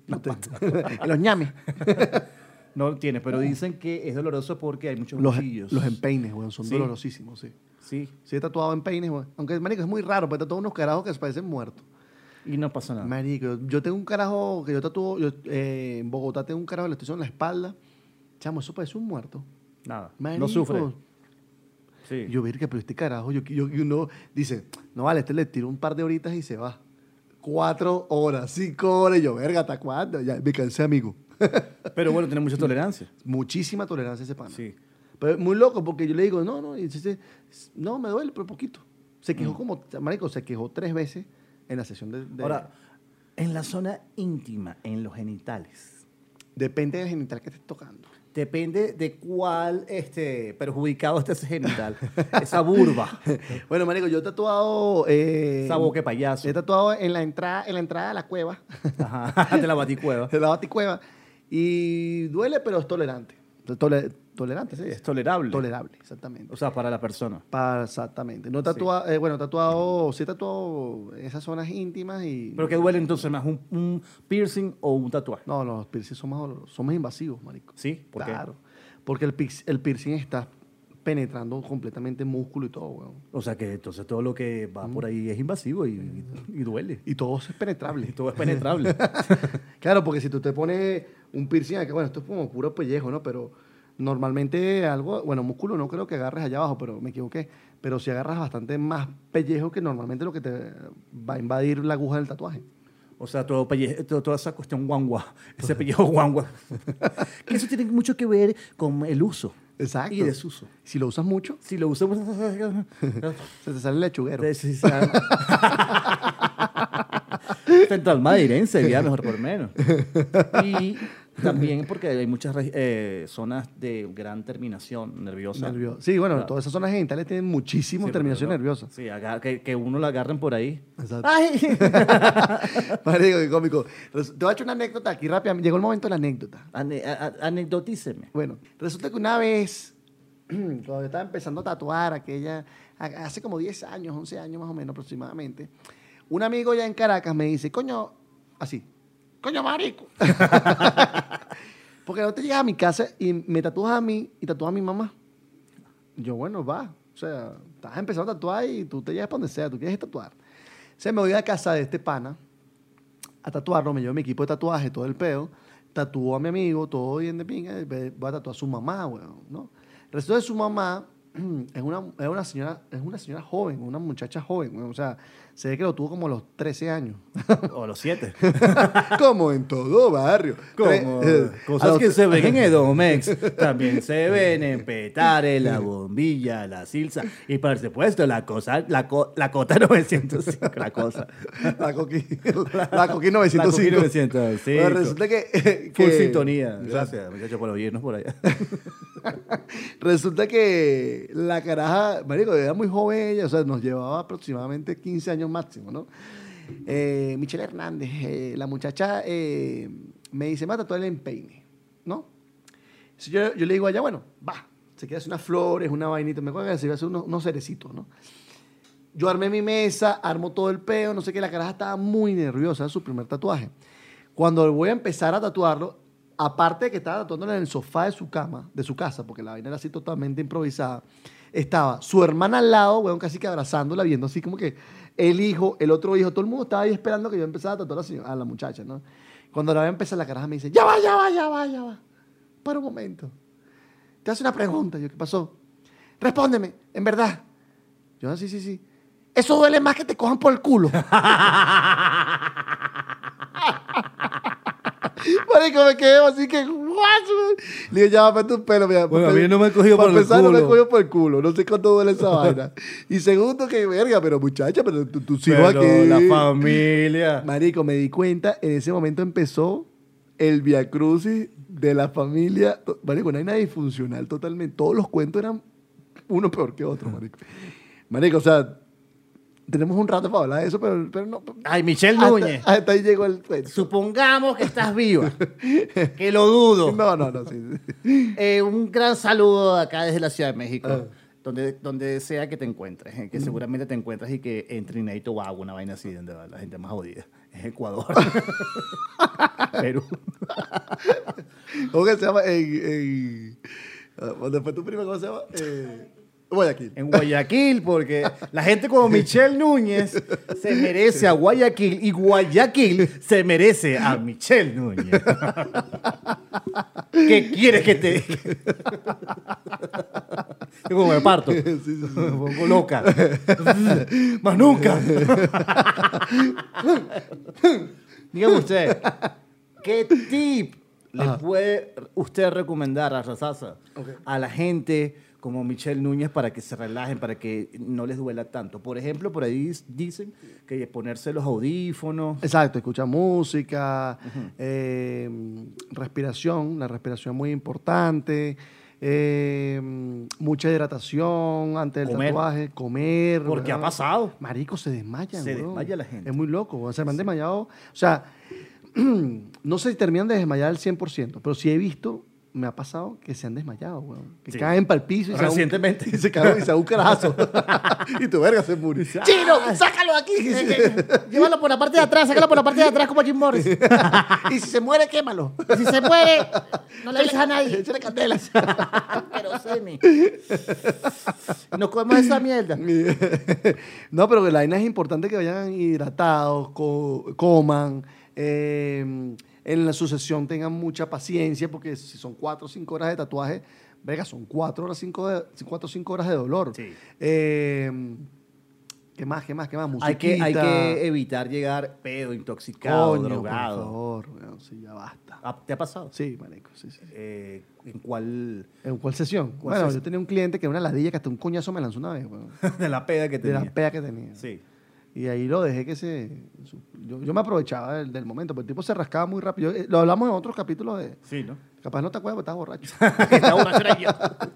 S3: No tengo. en los ñames.
S2: No lo tiene, pero dicen que es doloroso porque hay muchos
S3: Ah. Los,
S2: cuchillos.
S3: los empeines, weón, son
S2: Sí.
S3: dolorosísimos, sí.
S2: Sí,
S3: Sí, he tatuado empeines, weón. Aunque, marico, es muy raro, porque he tatuado unos carajos que se parecen muertos.
S2: y no pasa nada.
S3: Marico, yo tengo un carajo que yo tatuo, yo, eh, en Bogotá tengo un carajo que le estoy en la espalda. Chamo, eso parece un muerto.
S2: Nada. No
S3: Marico.
S2: sufre. Sí.
S3: Yo, verga, pero este carajo, yo, yo, y uno dice, no vale, este le tiro un par de horitas y se va. Cuatro horas, cinco horas, y yo, verga, ¿hasta cuándo? Ya, me cansé, amigo.
S2: Pero bueno, tiene mucha tolerancia.
S3: Muchísima tolerancia ese pana.
S2: Sí.
S3: Pero es muy loco porque yo le digo, no, no, y dice, no, me duele, pero poquito. Se
S2: Mm.
S3: quejó como, marico, se quejó tres veces en la sesión de... de-
S2: Ahora, en la zona íntima, en los genitales,
S3: depende del genital que estés tocando.
S2: depende de cuál este, perjudicado esté ese genital, esa burba,
S3: Bueno, marico, yo he tatuado... eh,
S2: esa boca de payaso
S3: He tatuado en la entrada, en la entrada de la cueva,
S2: Ajá, de la baticueva.
S3: de la baticueva, y duele, pero es tolerante. Tole- tolerante, sí.
S2: Es tolerable.
S3: Tolerable, exactamente.
S2: O sea, para la persona.
S3: Pa- exactamente. No tatua, eh, bueno, tatuado, sí he tatuado esas zonas íntimas y...
S2: ¿Pero qué duele entonces más, un, un piercing o un tatuaje?
S3: No, los piercings son más dolorosos, son más invasivos, marico.
S2: ¿Sí? ¿Por qué?
S3: claro. Porque el, pic- el piercing está penetrando completamente músculo y todo, weón.
S2: O sea, que entonces todo lo que va por ahí es invasivo y, y- y duele.
S3: Y todo eso es penetrable.
S2: Y todo es penetrable.
S3: Claro, porque si tú te pones un piercing acá, bueno, esto es como puro pellejo, ¿no? Pero normalmente algo, bueno, músculo no creo que agarres allá abajo, pero me equivoqué. Pero si agarras bastante más pellejo que normalmente lo que te va a invadir la aguja del tatuaje.
S2: O sea, todo pelle- to- toda esa cuestión guangua, ese pellejo guangua. que eso tiene mucho que ver con el uso.
S3: Exacto.
S2: Y desuso.
S3: Si lo usas mucho,
S2: Si lo usamos...
S3: se te sale el lechuguero.
S2: Frente al madrileño sería mejor por menos. Y también porque hay muchas regi- eh, zonas de gran terminación nerviosa.
S3: Nervio- Sí, bueno,
S2: Claro.
S3: todas esas zonas genitales tienen muchísimo
S2: Sí,
S3: terminación
S2: pero no.
S3: nerviosa.
S2: Sí, aga- que, que uno la agarren por ahí.
S3: Exacto.
S2: ¡Ay!
S3: Marico, qué cómico. Res- Te voy a echar una anécdota aquí rápida. Llegó el momento de la anécdota.
S2: Ane- a- a- anecdotíceme.
S3: Bueno, resulta que una vez, cuando yo estaba empezando a tatuar, aquella, a- hace como 10 años, 11 años más o menos aproximadamente, un amigo ya en Caracas me dice, coño, así, coño marico. Porque no te llegas a mi casa y me tatúas a mí y tatúas a mi mamá. Yo, bueno, va. O sea, estás empezando a tatuar y tú te llegas para donde sea, tú quieres tatuar. Se me voy a casa de este pana a tatuarlo, me llevo mi equipo de tatuaje, todo el pedo, tatuó a mi amigo, todo bien de pinga, y ve- va a tatuar a su mamá, weón, ¿no? Resulta que su mamá es una, es una señora, es una señora joven, una muchacha joven, weón, o sea, se ve que lo tuvo como a los 13 años.
S2: O los siete.
S3: como en todo barrio.
S2: Como
S3: Tre- eh, a
S2: cosas
S3: los-
S2: que se ven en Edomex, también se ven en Petare, la bombilla, la silsa y por supuesto la cosa, la, co- la cota 905, la cosa.
S3: La coquí, la coquí 905.
S2: La Coquí 905.
S3: Pero resulta que... que Pues
S2: Full sintonía. Gracias, muchachos, por oírnos por allá.
S3: Resulta que la caraja, marico, era muy joven ella, o sea, nos llevaba aproximadamente 15 años máximo, ¿no? Eh, Michelle Hernández, eh, la muchacha eh, me dice, mata todo el empeine, ¿no? Entonces yo, yo le digo a ella, bueno, va, se queda hacer unas flores, una vainita, me acuerdo que se iba a hacer unos, unos cerecitos, ¿no? Yo armé mi mesa, armo todo el peo, no sé qué, la caraja estaba muy nerviosa, era su primer tatuaje. Cuando voy a empezar a tatuarlo, aparte de que estaba tatuándolo en el sofá de su cama, de su casa, porque la vaina era así totalmente improvisada, estaba su hermana al lado, weón, casi que abrazándola, viendo así como que el hijo, el otro hijo, todo el mundo estaba ahí esperando que yo empezara a tatuar a la, señora- a la muchacha, ¿no? Cuando la voy a empezar, la caraja me dice, ya va, ya va, ya va, ya va. Para un momento. Te hace una pregunta. Yo, ¿qué pasó? Respóndeme, en verdad. Yo, ah, sí, sí, sí. Eso duele más que te cojan por el culo. Marico, me quedé así que, ¿what? Le digo, ya va para tu pelo. Mira,
S2: Bueno,
S3: pa'
S2: a mí no me han cogido
S3: pa'
S2: por el
S3: empezar, no me han
S2: culo.
S3: cogido por el culo. No sé cuánto duele esa vaina. Y segundo, que verga, pero muchacha, pero tú, tú sigo
S2: Pero
S3: aquí.
S2: la familia.
S3: Marico, me di cuenta, en ese momento empezó el Via Crucis de la familia. To- Marico, una vaina disfuncional totalmente. Todos los cuentos eran uno peor que otro, marico. Marico, o sea, tenemos un rato para hablar de eso, pero, pero no.
S2: Ay, Michelle
S3: Hasta-
S2: Núñez.
S3: Hasta, ahí llegó el cuento.
S2: Supongamos que estás viva, que lo dudo.
S3: No, no, no, sí, sí.
S2: Eh, un gran saludo acá desde la Ciudad de México. Donde, donde sea que te encuentres, eh, que seguramente te encuentras y que en Trinidad y Tobago, una vaina así, donde va la gente más jodida, es Ecuador, Perú.
S3: ¿Cómo que se llama? En, en- ah, Después tu prima, ¿cómo se llama? Eh, Guayaquil.
S2: en Guayaquil, porque la gente como Michelle Núñez se merece a Guayaquil y Guayaquil se merece a Michelle Núñez. ¿Qué quieres que te.? Yo como me parto. Me pongo loca. Más nunca. Dígame usted, ¿qué tip le puede usted recomendar a Razaza? A la gente como Michelle Núñez para que se relajen, para que no les duela tanto. Por ejemplo, por ahí dicen que ponerse los audífonos.
S3: Exacto, escucha música, eh, respiración, la respiración es muy importante, eh, mucha hidratación antes del
S2: Comer.
S3: tatuaje, comer.
S2: Porque ha
S3: ¿verdad?
S2: pasado.
S3: Marico, se desmayan.
S2: Se
S3: weón.
S2: desmaya la gente.
S3: Es muy loco, weón, se me han desmayado. O sea, no se terminan de desmayar al 100%, pero sí he visto, me ha pasado que se han desmayado, weón. que
S2: Sí.
S3: caen para el piso y se dan un-
S2: Recientemente.
S3: y se caen y se dan un carazo. y tu verga se murió.
S2: ¡Chino! ¡Sácalo aquí! Llévalo por la parte de atrás, sácalo por la parte de atrás como Jim Morris.
S3: y si se muere, quémalo.
S2: Si se muere, no le dices a nadie.
S3: Échale candelas.
S2: Pero semi. Nos comemos esa mierda.
S3: no, pero la vaina es importante que vayan hidratados, co- coman, eh, en la sucesión tengan mucha paciencia, porque si son cuatro o cinco horas de tatuaje, venga, son cuatro horas, cinco de, cuatro o cinco horas de dolor.
S2: Sí.
S3: Eh, ¿Qué más, qué más, qué más?
S2: Hay que, hay
S3: Musiquita.
S2: que evitar llegar pedo, intoxicado,
S3: Coño,
S2: drogado.
S3: por favor, weón, sí, ya basta.
S2: Ah, ¿Te ha pasado?
S3: Sí, marico, sí, sí.
S2: Eh, ¿En cuál?
S3: ¿En cuál sesión?
S2: ¿Cuál
S3: bueno,
S2: sesión?
S3: yo tenía un cliente que era una ladilla que hasta un coñazo me lanzó una vez, weón,
S2: de la peda que
S3: de
S2: tenía.
S3: la pea que tenía.
S2: Sí.
S3: Y ahí lo dejé que se... su- Yo, yo me aprovechaba del, del momento, porque el tipo se rascaba muy rápido. Eh, Lo hablamos en otros capítulos de...
S2: Sí, ¿no?
S3: Capaz no te acuerdas porque estabas borracho.
S2: Está una sola yo.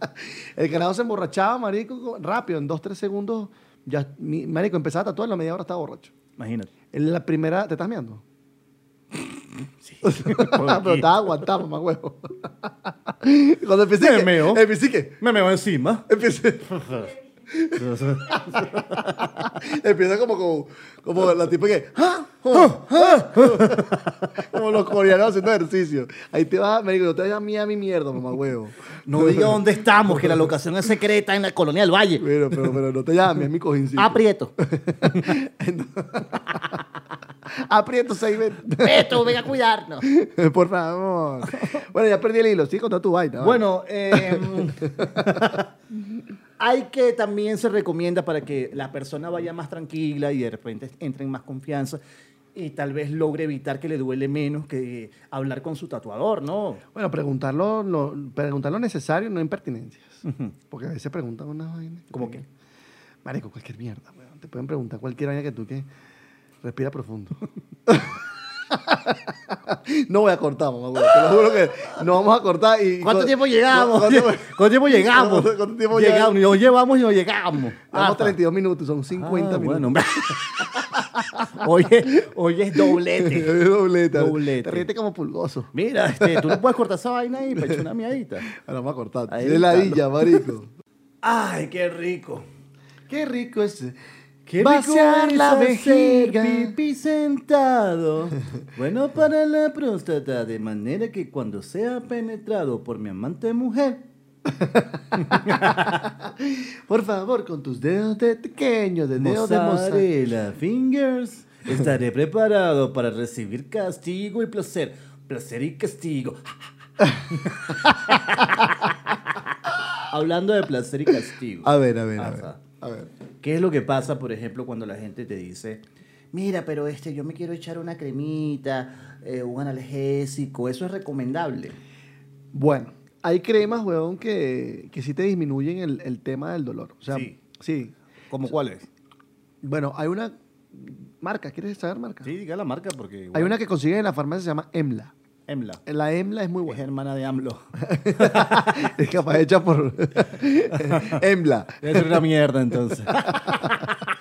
S3: el carajo se emborrachaba, marico, co- rápido. En dos, tres segundos, ya... mi- marico, empezaba a tatuar, en la media hora estaba borracho.
S2: Imagínate.
S3: En la primera... ¿Te estás mirando? Pero
S2: Pero
S3: estaba aguantado, más huevo. Cuando empecé...
S2: Me
S3: que-
S2: meo.
S3: Empecé que...
S2: Me me va encima.
S3: Empecé... Empieza como, como, como la tipa que. "Ah, ah, ah", como los coreanos haciendo ejercicio. Ahí te vas, me digo, no te vayas a mí a mi mierda, mamá huevo.
S2: No diga dónde estamos, que la locación es secreta en la colonia del Valle.
S3: Pero, pero, pero no te llames a mi cojincito.
S2: Aprieto.
S3: Aprieto seis veces.
S2: Peto, venga a cuidarnos.
S3: Por favor. Bueno, ya perdí el hilo. Sí, contá tu vaina. vale.
S2: Bueno, em, hay que también se recomienda para que la persona vaya más tranquila y de repente entre en más confianza y tal vez logre evitar que le duele menos que hablar con su tatuador, ¿no?
S3: Bueno, preguntar lo, lo- preguntar lo necesario, no impertinencias. Porque a veces preguntan unas vainas.
S2: ¿Cómo qué?
S3: Marico, cualquier mierda, weón. Te pueden preguntar cualquier vaina que tú que respira profundo. no voy a cortar, mamá, weón. Te lo juro que no vamos a cortar. Y,
S2: ¿Cuánto tiempo llegamos?
S3: ¿Cuánto,
S2: ¿Cuánto tiempo llegamos?
S3: ¿Cuánto tiempo
S2: llegamos? No llegamos y no llegamos.
S3: Llevamos
S2: Apa.
S3: 32 minutos, son 50
S2: Ah,
S3: minutos.
S2: bueno, hombre. hoy, es, hoy es doblete.
S3: Doblete.
S2: Doblete.
S3: Te ríete como pulgoso.
S2: Mira, este, tú no puedes cortar esa vaina ahí, pecho una miadita.
S3: Ahora vamos a cortar.
S2: Ahí
S3: Es
S2: está.
S3: ladilla, marico.
S2: Ay, qué rico.
S3: Qué rico es.
S2: Qué
S3: Vaciar la vejiga.
S2: pipí sentado. Bueno para la próstata, de manera que cuando sea penetrado por mi amante mujer.
S3: Por favor, con tus dedos de pequeño, de dedo de mozzarella.
S2: Mozzarella fingers. Estaré preparado para recibir castigo y placer. Placer y castigo. Hablando de placer y castigo.
S3: A ver, a ver, a ver.
S2: Ajá.
S3: A ver.
S2: ¿Qué es lo que pasa, por ejemplo, cuando la gente te dice, mira, pero este, yo me quiero echar una cremita, eh, un analgésico, eso es recomendable?
S3: Bueno, hay cremas, weón, que, que sí te disminuyen el, el tema del dolor. O sea,
S2: Sí.
S3: sí.
S2: ¿Cómo cuál es?
S3: Bueno, hay una marca, ¿quieres saber marca?
S2: Sí, diga la marca porque...
S3: Hay una que consiguen en la farmacia, se llama EMLA.
S2: Emla.
S3: La EMLA es muy
S2: Es
S3: buena.
S2: hermana de AMLO.
S3: es capaz hecha por EMLA.
S2: Es una mierda, entonces.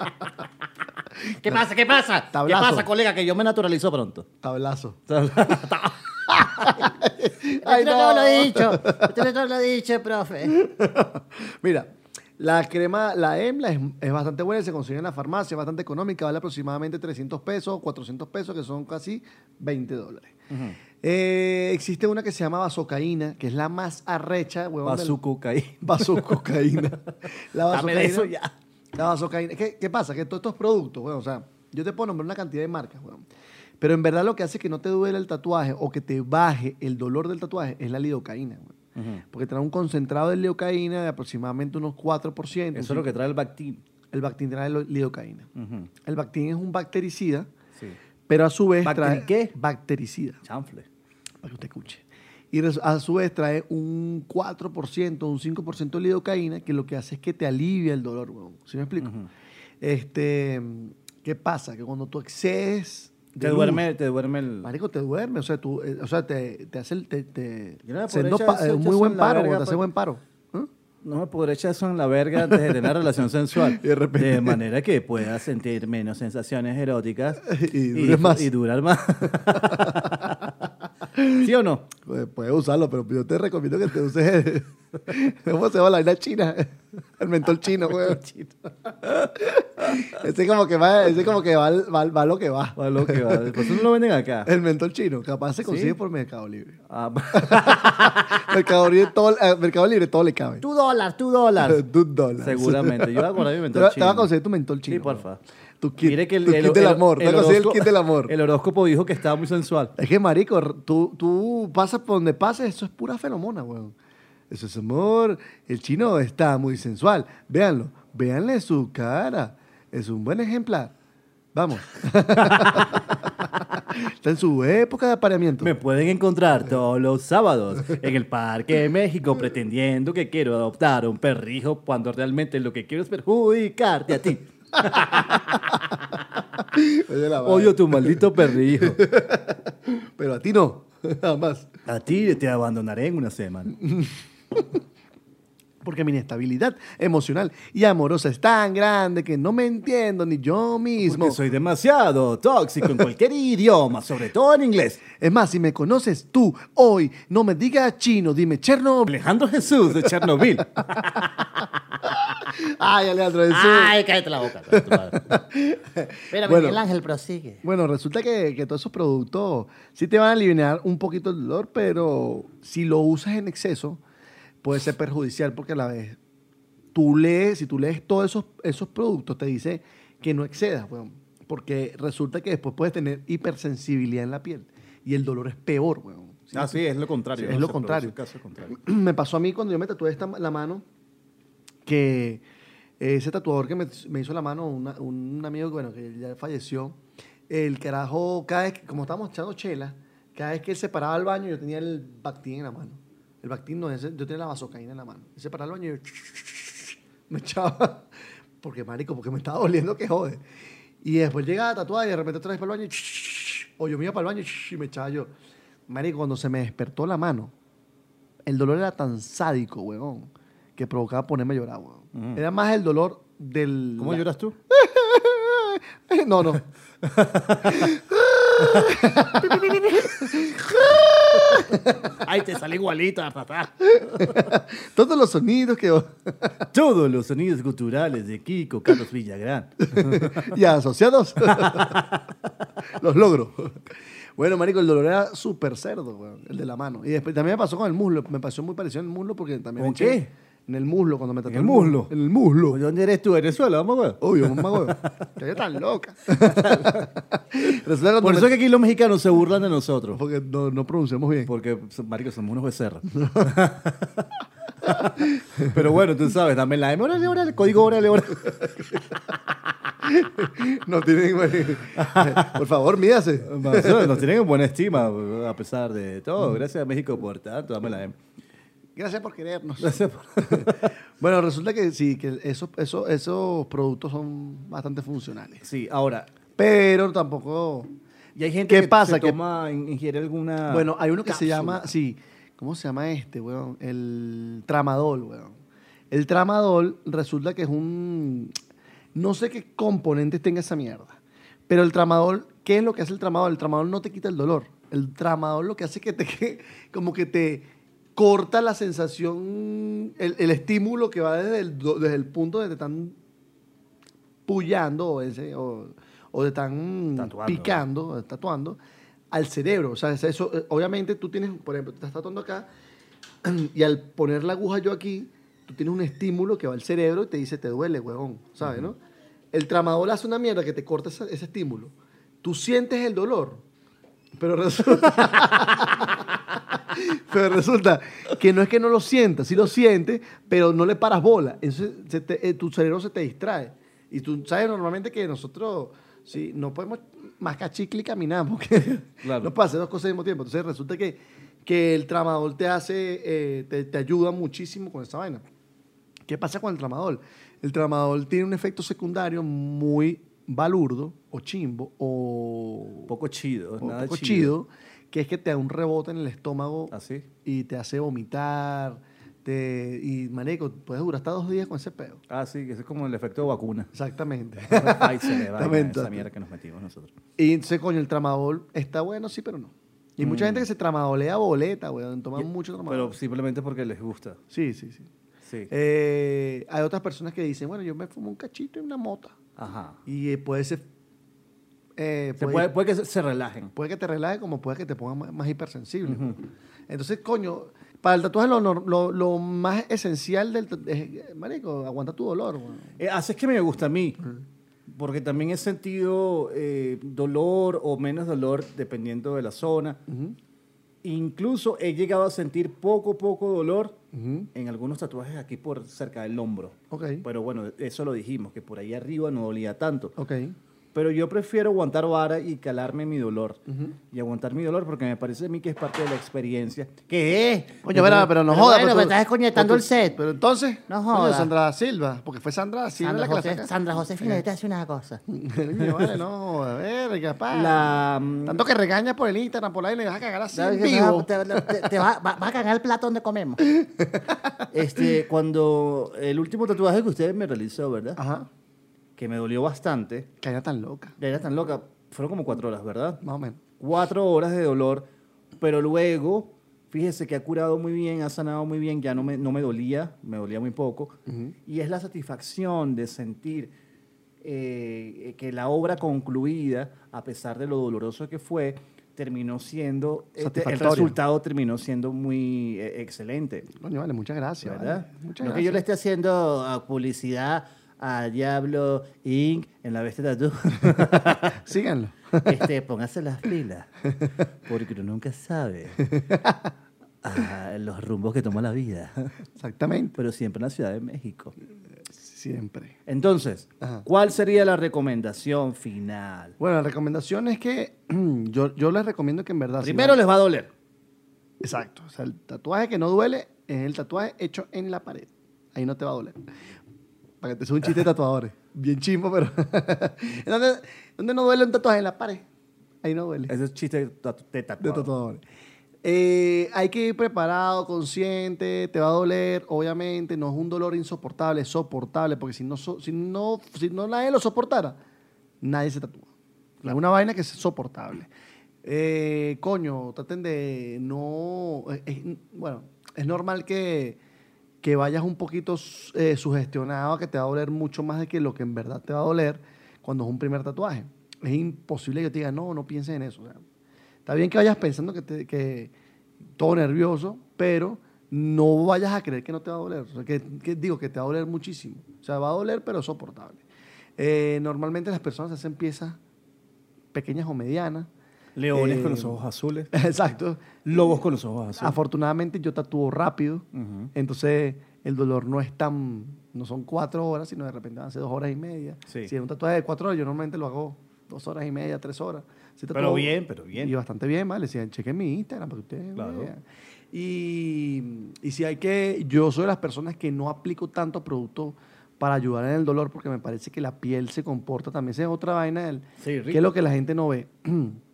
S2: ¿Qué pasa? ¿Qué pasa?
S3: Tablazo.
S2: ¿Qué pasa, colega? Que yo me naturalizo pronto.
S3: Tablazo.
S2: Ay,
S3: no.
S2: no. lo he dicho. Usted no lo ha dicho, profe.
S3: Mira, la crema, la EMLA es, es bastante buena, se consigue en la farmacia, es bastante económica, vale aproximadamente 300 pesos, 400 pesos, que son casi 20 dólares. Eh, existe una que se llama vasocaína, que es la más arrecha, huevón. del-
S2: caí.
S3: Vasococaína. La
S2: Dame de eso ya.
S3: La vasocaína. ¿Qué, qué pasa? Que todos estos productos, bueno, o sea, yo te puedo nombrar una cantidad de marcas, weón. Pero en verdad lo que hace que no te duela el tatuaje o que te baje el dolor del tatuaje es la lidocaína, güey. Porque trae un concentrado de lidocaína de aproximadamente unos 4%.
S2: Eso es lo que trae el Bactin.
S3: El Bactin trae lo- lidocaína.
S2: Ujú.
S3: El Bactin es un bactericida,
S2: Sí.
S3: pero a su vez
S2: ¿Bacteri
S3: trae...
S2: qué?
S3: Bactericida,
S2: Chanfle.
S3: para que usted escuche. Y res- a su vez trae un 4%, un 5% de lidocaína, que lo que hace es que te alivia el dolor, weón. ¿Sí me explico? Este, ¿Qué pasa? Que cuando tú excedes... de
S2: Te
S3: luz-
S2: duerme, te duerme el.
S3: Marico, te duerme, o sea, tú, eh, o sea, te, te hace el, te, te-
S2: Yo no me
S3: se
S2: podré
S3: no
S2: echar
S3: pa-
S2: eso-
S3: eh,
S2: echar
S3: muy
S2: eso
S3: buen
S2: en la
S3: paro,
S2: verga,
S3: te hace
S2: pues.
S3: buen paro. ¿Eh?
S2: No me podré echar eso en la verga antes de tener relación sensual.
S3: Y de repente-
S2: manera que pueda sentir menos sensaciones eróticas.
S3: Y dure más.
S2: Y durar más. ¿Sí o no?
S3: Pues, Puedes usarlo, pero yo te recomiendo que te uses el- ¿Cómo se llama la vaina china? El mentol chino, güey. Ese como que va, ese como que va, va, va lo que va.
S2: Para lo que va. Por Pues eso no lo venden acá.
S3: El mentol chino, capaz se consigue
S2: ¿Sí?
S3: por Mercado Libre.
S2: Ah,
S3: Mercado Libre todo, eh, Mercado Libre todo le cabe.
S2: tu dólar, tu dólar.
S3: Dos dólares.
S2: Seguramente. Yo voy a guardar mi
S3: Te
S2: mentol
S3: va-
S2: chino.
S3: Te va a conseguir tu mentol chino.
S2: Sí, porfa.
S3: Tu kit,
S2: Mire que el,
S3: tu
S2: el-
S3: kit del
S2: el-
S3: amor. Te va a conseguir el
S2: horóscopo-
S3: kit del amor.
S2: El horóscopo dijo que estaba muy sensual.
S3: Es que, marico, r- tú, tú pasas por donde pases, eso es pura feromona, weón. Eso es amor. El chino está muy sensual. Véanlo. Véanle su cara. Es un buen ejemplar. Vamos. está en su época de apareamiento.
S2: Me pueden encontrar todos los sábados en el Parque de México pretendiendo que quiero adoptar un perrijo cuando realmente lo que quiero es perjudicarte a ti.
S3: Oye, la
S2: Odio tu maldito perrijo.
S3: madre. Pero a ti no. Jamás.
S2: A ti te abandonaré en una semana.
S3: Porque mi inestabilidad emocional y amorosa es tan grande que no me entiendo ni yo mismo.
S2: Porque soy demasiado tóxico en cualquier idioma, sobre todo en inglés.
S3: Es más, si me conoces tú hoy, no me digas chino, dime Chernobyl.
S2: Alejandro Jesús de Chernobyl.
S3: Ay, Alejandro, eso.
S4: Ay, cállate la boca. coño, tu madre. Pero
S3: Bueno.
S4: Miguel Ángel prosigue.
S3: Bueno, resulta que, que todos esos productos sí te van a aliviar un poquito el dolor, pero si lo usas en exceso, puede ser perjudicial porque a la vez tú lees, si tú lees todos esos, esos productos, te dice que no excedas, weón, porque resulta que después puedes tener hipersensibilidad en la piel y el dolor es peor, weón. ¿sí?
S2: Así Ah, es lo contrario.
S3: Es
S2: ¿no?
S3: lo
S2: Se produce
S3: contrario.
S2: el caso contrario.
S3: me pasó a mí cuando yo me tatué esta, la mano, que ese tatuador que me, me hizo la mano, una- un amigo que, bueno, que ya falleció, el carajo, cada vez, que- como estábamos echando chela, cada vez que él se paraba al baño, yo tenía el Bactin en la mano. El Bactin no, ese- yo tenía la vasocaína en la mano. Él se paraba al baño y yo me echaba, porque marico, porque me estaba doliendo que jode. Y después llegaba tatuada y de repente otra vez para el baño, y o yo me iba para el baño y me echaba yo. Marico, cuando se me despertó la mano, el dolor era tan sádico, weón, que provocaba ponerme a llorar, weón. Era más el dolor del...
S2: Mm. ¿Cómo
S3: la-
S2: lloras tú?
S3: No, no.
S4: Ay, te sale igualita, papá.
S3: Todos los sonidos que...
S2: Todos los sonidos culturales de Kiko Carlos Villagrán.
S3: y asociados los logro. Bueno, marico, el dolor era súper cerdo, weón, el de la mano. Y después también me pasó con el muslo. Me pasó muy parecido en el muslo porque también...
S2: ¿Con
S3: eché-
S2: qué?
S3: En el muslo, cuando me tatué
S2: el muslo?
S3: En el muslo.
S2: ¿Dónde eres tú? ¿Venezuela? Vamos, güey.
S3: Obvio, mamá, weón. Estoy tan loca. Resulta que
S2: Por eso es que aquí los mexicanos se burlan de nosotros.
S3: Porque no, no pronunciamos bien.
S2: Porque, marico, somos unos becerros. Pero bueno, tú sabes, dame la M, órale, órale, código, órale, órale.
S3: No tienen. Por favor, mídase.
S2: Nos tienen en buena estima, a pesar de todo. Gracias a México por tanto, dame la M.
S3: Gracias por querernos.
S2: Gracias por...
S3: Bueno, resulta que sí, que esos, esos, esos productos son bastante funcionales.
S2: Sí, ahora,
S3: Pero tampoco.
S2: y hay gente
S3: ¿Qué
S2: que
S3: pasa?
S2: se
S3: ¿Qué-
S2: toma, in- ingiere alguna
S3: bueno, hay uno que se
S2: cápsula.
S3: llama. Sí. ¿Cómo se llama este, weón? El tramadol, weón. El tramadol resulta que es un. No sé qué componentes tenga esa mierda. Pero el tramadol, ¿qué es lo que hace el tramadol? El tramadol no te quita el dolor. El tramadol lo que hace es que te que- como que te corta la sensación, el, el estímulo que va desde el, do- desde el punto donde te están pullando o, ese, o, o te están
S2: Tatuando.
S3: picando, tatuando, al cerebro. O sea, es eso, eh, obviamente tú tienes, por ejemplo, te estás tatuando acá y al poner la aguja yo aquí, tú tienes un estímulo que va al cerebro y te dice, te duele, huevón, ¿sabes, no? El tramadol hace una mierda que te corta esa- ese estímulo. Tú sientes el dolor, Pero resulta. pero resulta que no es que no lo sientas, sí lo sientes, pero no le paras bola. Entonces se te- eh, tu cerebro se te distrae. Y tú sabes normalmente que nosotros sí, no podemos más cachicle y caminar porque
S2: Claro.
S3: no puedes hacer dos cosas al mismo tiempo. Entonces resulta que, que el tramador te hace, eh, te, te ayuda muchísimo con esa vaina. ¿Qué pasa con el tramadol? El tramadol tiene un efecto secundario muy balurdo o chimbo o
S2: Poco chido. ¿Ah,
S3: un
S2: Pues nada
S3: poco chido, que es que te da un rebote en el estómago
S2: Así.
S3: y te hace vomitar. Te, y, maneco, puedes durar hasta dos días con ese pedo.
S2: Ah, sí, que ese es como el efecto de vacuna.
S3: Exactamente.
S2: Ay, se le va
S3: Exactamente.
S2: esa mierda que nos metimos nosotros.
S3: Y entonces, coño, el tramadol está bueno, sí, pero no. Y mucha gente que se tramadolea boleta, weón. Toman mucho tramadol.
S2: Mm. Pero simplemente porque les gusta.
S3: sí, sí, sí.
S2: Sí.
S3: Eh, hay otras personas que dicen, bueno, yo me fumo un cachito y una mota.
S2: Ajá.
S3: Y eh, puede ser... eh,
S2: Se puede, puede que se- se relajen.
S3: Puede que te relaje como puede que te ponga más, más hipersensible. Entonces, coño, para el tatuaje lo, nor- lo, lo más esencial del tatu- es, marico, aguanta tu dolor. weón.
S2: Eh, así es que me gusta a mí. Porque también he sentido eh, dolor o menos dolor dependiendo de la zona. Incluso he llegado a sentir poco, poco dolor en algunos tatuajes aquí por cerca del hombro.
S3: Ok.
S2: Pero bueno, eso lo dijimos, que por ahí arriba no dolía tanto.
S3: Ok.
S2: Pero yo prefiero aguantar vara y calarme mi dolor. Y aguantar mi dolor porque me parece a mí que es parte de la experiencia. ¿Qué?
S3: Coño, pero, pero no jodas.
S4: bueno,
S3: pero
S4: me
S3: tú-
S4: estás desconectando
S3: pero
S4: el set.
S3: Pero entonces,
S4: No
S3: coño,
S4: jodas.
S3: Sandra Silva, porque fue Sandra Silva
S4: Sandra,
S3: la Eh. que
S4: José,
S3: la
S4: Sandra Josefina, yo te hace una cosa.
S3: saca. Coño, vale, no, a ver, capaz.
S2: La, mm,
S3: Tanto que regañas por el Instagram, por ahí, le vas a cagar así en
S4: Te-
S3: vivo.
S4: Te, te- te va, va- va a cagar el plato donde comemos.
S2: este, cuando el último tatuaje que ustedes me realizó, ¿verdad?
S3: Ajá.
S2: Que me dolió bastante.
S3: Que era tan loca.
S2: Ya era tan loca. Fueron como cuatro horas, ¿verdad?
S3: Más o menos.
S2: Cuatro horas de dolor. Pero luego, fíjese que ha curado muy bien, ha sanado muy bien. Ya no me, no me dolía, me dolía muy poco. Y es la satisfacción de sentir eh, que la obra concluida, a pesar de lo doloroso que fue, terminó siendo, este, el
S3: Satisfactorio.
S2: resultado terminó siendo muy eh, excelente.
S3: Coño, vale, muchas gracias.
S2: ¿Verdad?
S3: vale. Muchas
S2: No que
S3: gracias.
S2: yo le esté haciendo ah, publicidad a Diablo Inc. en la bestia tatu.
S3: Síganlo.
S2: este, póngase las pilas. Porque uno nunca sabe ah, los rumbos que toma la vida.
S3: Exactamente.
S2: Pero siempre en la Ciudad de México.
S3: Siempre.
S2: Entonces,
S3: Ajá.
S2: ¿cuál sería la recomendación final?
S3: Bueno, la recomendación es que yo, yo les recomiendo que en verdad... si
S2: Primero
S3: van-
S2: les va a doler.
S3: Exacto. O sea, el tatuaje que no duele es el tatuaje hecho en la pared. Ahí no te va a doler. Para que te sea un chiste de tatuadores. Bien chimbo, pero... ¿Dónde, ¿Dónde no duele un tatuaje? En la pared. Ahí no duele.
S2: Ese es chiste de tatu- de
S3: De
S2: tatuado.
S3: tatuadores. Eh, hay que ir preparado, consciente, te va a doler, obviamente, no es un dolor insoportable, es soportable, porque si no, so- si no, si no nadie lo soportara, nadie se tatúa. Es una vaina que es soportable. Eh, coño, traten de no... eh, eh, bueno, es normal que, que vayas un poquito eh, sugestionado, que te va a doler mucho más de que lo que en verdad te va a doler cuando es un primer tatuaje. Es imposible que yo te diga, no, no pienses en eso. o sea, Está bien que vayas pensando que, te- que todo nervioso, pero no vayas a creer que no te va a doler. O sea, que, que digo que te va a doler muchísimo. O sea, va a doler, pero es soportable. Eh, normalmente las personas hacen piezas pequeñas o medianas.
S2: Leones
S3: Eh, ah,
S2: con los ojos azules.
S3: Exacto.
S2: Lobos con los ojos azules.
S3: Afortunadamente yo tatúo rápido, entonces el dolor no es tan, no son cuatro horas, sino de repente van a ser dos horas y media.
S2: Sí.
S3: Si es un tatuaje de cuatro horas, yo normalmente lo hago dos horas y media, tres horas. Sí
S2: Pero
S3: tatúo-
S2: bien, pero bien.
S3: Y bastante bien, ¿vale? Decían, chequen mi Instagram para que ustedes
S2: Claro.
S3: vean. Y, y si hay que, yo soy de las personas que no aplico tanto producto para ayudar en el dolor porque me parece que la piel se comporta también. Esa es otra vaina del,
S2: Sí, rico.
S3: que es lo que la gente no ve.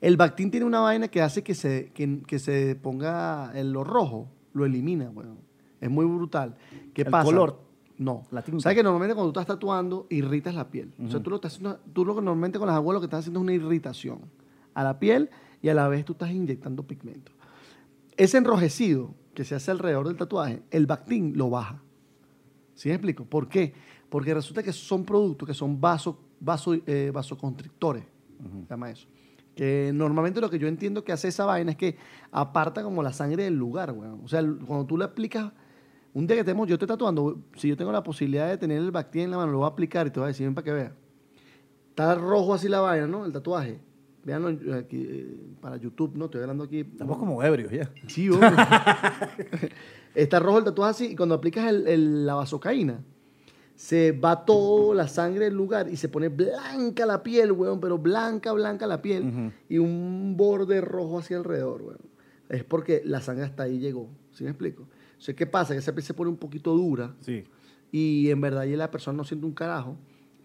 S3: El Bactin tiene una vaina que hace que se, que, que se ponga en lo rojo, lo elimina, weón. Es muy brutal. ¿Qué
S2: ¿El
S3: pasa?
S2: color?
S3: No.
S2: La tinta.
S3: ¿Sabes que normalmente cuando tú estás tatuando, irritas la piel? O sea, tú lo, estás haciendo- tú lo que normalmente con las aguas lo que estás haciendo es una irritación a la piel y a la vez tú estás inyectando pigmento. Ese enrojecido que se hace alrededor del tatuaje, el Bactin lo baja. ¿Sí me explico? ¿Por qué? Porque resulta que son productos que son vaso, vaso, eh, vasoconstrictores, se llama eso. Que normalmente lo que yo entiendo que hace esa vaina es que aparta como la sangre del lugar, weón. O sea, el- cuando tú le aplicas, un día que tenemos, yo estoy tatuando, si yo tengo la posibilidad de tener el bactín en la mano, lo voy a aplicar y te voy a decir, ven para que veas. Está rojo así la vaina, ¿no? El tatuaje. Véanlo en- aquí, eh, para YouTube, ¿no? Estoy hablando aquí.
S2: Estamos como ebrios ya.
S3: Sí, hombre. Está rojo el tatuaje así y cuando aplicas el- el- la vasocaína, se va toda la sangre del lugar y se pone blanca la piel, weón, pero blanca, blanca la piel y un borde rojo hacia alrededor, weón. Es porque la sangre hasta ahí llegó, ¿sí me explico? O sea, ¿qué pasa? Que esa piel se pone un poquito dura
S2: Sí.
S3: y en verdad ya la persona no siente un carajo,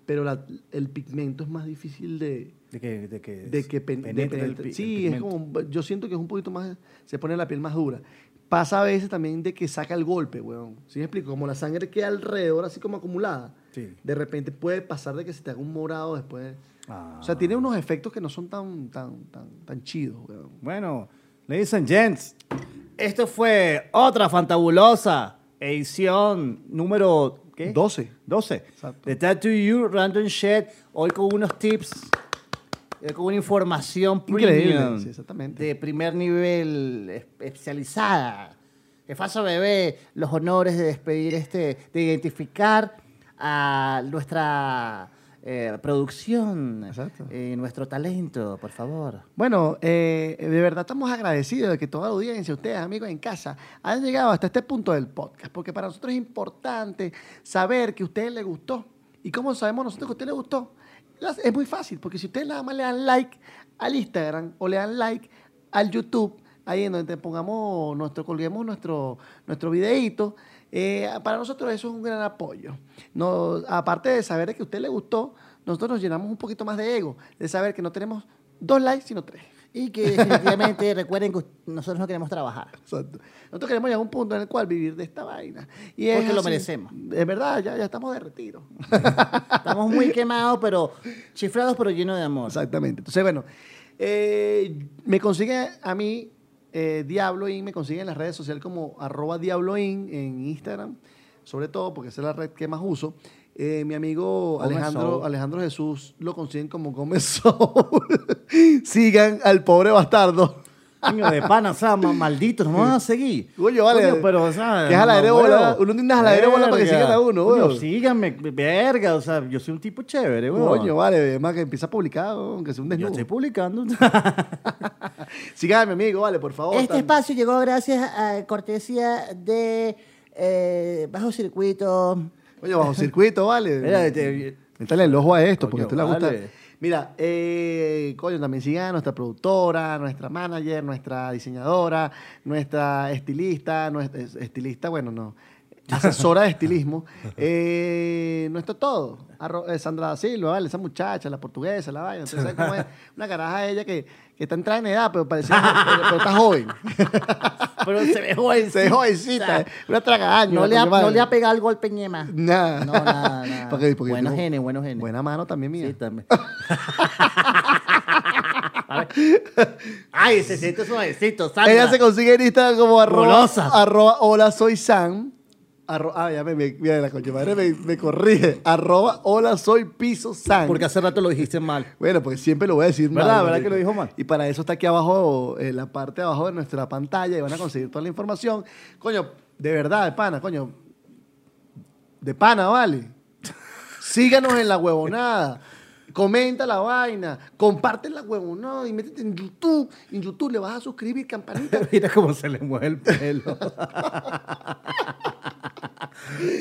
S3: pero la- el pigmento es más difícil de,
S2: De que, de que,
S3: de que pen- de
S2: penetre el
S3: penetra-
S2: pi- el
S3: sí es
S2: pigmento.
S3: como un- yo siento que es un poquito más se pone la piel más dura pasa a veces también de que saca el golpe weón ¿sí me explico? como la sangre queda alrededor así como acumulada
S2: Sí.
S3: de repente puede pasar de que se te haga un morado después
S2: Ah.
S3: o sea tiene unos efectos que no son tan tan tan tan chidos weón
S2: Bueno, ladies and gents, esto fue otra fantabulosa edición número ¿qué?
S3: 12.
S2: 12.
S3: Exacto.
S2: De Tattoo You Random Shit, hoy con unos tips, eh, con una información
S3: Increíble,
S2: premium
S3: sí, exactamente.
S2: de primer nivel especializada. Que Faso Bebé los honores de despedir este, de identificar a nuestra eh, producción,
S3: Exacto.
S2: eh, nuestro talento, por favor.
S3: Bueno, eh, de verdad estamos agradecidos de que toda la audiencia, ustedes amigos en casa, han llegado hasta este punto del podcast, porque para nosotros es importante saber que a ustedes les gustó. ¿Y cómo sabemos nosotros que a ustedes les gustó? Las- Es muy fácil, porque si ustedes nada más le dan like al Instagram o le dan like al YouTube, ahí en donde pongamos nuestro, colguemos nuestro, nuestro videíto, eh, para nosotros eso es un gran apoyo. Nos- aparte de saber de que a usted le gustó, nosotros nos llenamos un poquito más de ego, de saber que no tenemos dos likes, sino tres.
S2: Y que definitivamente recuerden que nosotros no queremos trabajar.
S3: Exacto. Nosotros queremos llegar a un punto en el cual vivir de esta vaina. Y es
S2: Porque lo
S3: así.
S2: merecemos.
S3: Es verdad, ya, ya estamos de retiro.
S2: Estamos muy quemados, pero chiflados, pero llenos de amor.
S3: Exactamente. Entonces, bueno, eh, me consiguen a mí, eh, Diablo Inc., me consiguen en las redes sociales como arroba Diablo Inc. en Instagram, sobre todo porque esa es la red que más uso. Eh, mi amigo
S2: Gómez
S3: Alejandro,
S2: Soul.
S3: Alejandro Jesús lo consiguen como Gómez Soul. Sigan al pobre bastardo.
S2: Coño, de pana, o sea, ma- malditos, nos van a seguir.
S3: Coño, vale.
S2: pero, o sea,
S3: Que es al aire
S2: mamá,
S3: bola,
S2: huevo.
S3: uno tiene unas al aire bola para que
S2: Verga.
S3: sigan a uno,
S2: Coño,
S3: huevo.
S2: síganme, verga, o sea, yo soy un tipo chévere, huevo.
S3: Coño, vale, más que empieza a publicar, aunque sea un
S2: yo
S3: desnudo.
S2: estoy publicando.
S3: Sigan a mi amigo, vale, por favor.
S5: Este
S3: tan-
S5: espacio llegó gracias a cortesía de eh, Bajo Circuito.
S3: Oye, bajo circuito, vale.
S2: Mira, este-
S3: Métale el ojo a esto, porque
S2: Coño,
S3: esto le gusta.
S2: vale.
S3: Mira, eh, coño, también sigan a nuestra productora, nuestra manager, nuestra diseñadora, nuestra estilista, nuestra es- estilista, bueno, no, asesora de estilismo, eh, nuestro todo. Arro- eh, Sandra da Silva, vale, esa muchacha, la portuguesa, la vaina, entonces, ¿sabes cómo es? Una caraja ella que, que está entrada en edad, pero parecía, pero, pero está joven.
S2: pero se ve joven.
S3: Se ve jovencita, una tragaño.
S5: No le, ha, no le ha pegado el golpe ñema.
S3: Nada.
S5: No, nada, nada.
S3: Porque- porque
S5: Buenos
S3: tengo-
S5: genes, buenos genes.
S3: Buena mano también mía.
S2: Sí, también. A ver. Ay, se siente suavecito, Sandra.
S3: Ella se consigue en Instagram como arroba,
S2: Golosa.
S3: arroba hola soy Sam. Arro- ah, ya me, me- mira, la coño madre me, me corrige. Arroba hola soy piso Sam.
S2: Porque hace rato lo dijiste mal.
S3: bueno, porque siempre lo voy a decir mal.
S2: ¿Verdad? ¿Verdad
S3: marico.
S2: que lo dijo mal?
S3: Y para eso está aquí abajo, en la parte de abajo de nuestra pantalla, y van a conseguir toda la información. Coño, de verdad, de pana, coño. De pana, vale. Síganos en la huevonada. Comenta la vaina, comparte la huevonada y métete en YouTube. En YouTube le vas a suscribir, campanita,
S2: Mira cómo se le mueve el pelo.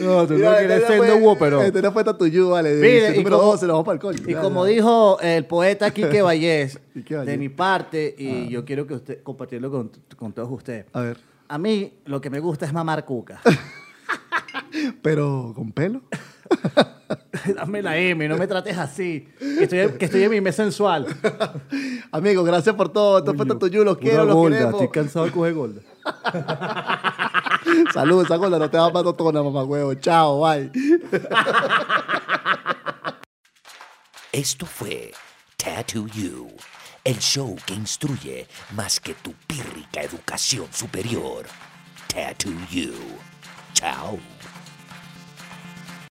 S2: no, tú
S3: Mira,
S2: no quieres
S3: esta ya pues, este
S2: ser
S3: fue-
S2: no hubo, pero.
S3: Esta no fue Tatuyú, vale.
S2: Mire,
S3: Mire,
S2: y
S3: número
S2: como-
S3: 12, lo vamos para el coño.
S2: Y
S3: Ya,
S2: como
S3: ya.
S2: dijo el poeta Quique Vallés,
S3: Quique Vallés. Ah.
S2: de mi parte, y yo quiero que usted compartirlo con, con todos ustedes.
S3: A ver.
S2: A mí lo que me gusta es mamar cuca.
S3: Pero con pelo.
S2: Dame la M, no me trates así. Que estoy, que estoy en mi mes sensual.
S3: Amigos, gracias por todo. Esto fue Tatuyú, los quiero, los queremos.
S2: cansado de coger gorda.
S3: Saludos, esa gorda no te va a matar toda, mamá huevo. Chao, bye.
S1: Esto fue Tattoo You, el show que instruye más que tu pírrica educación superior. Tattoo You. Chao.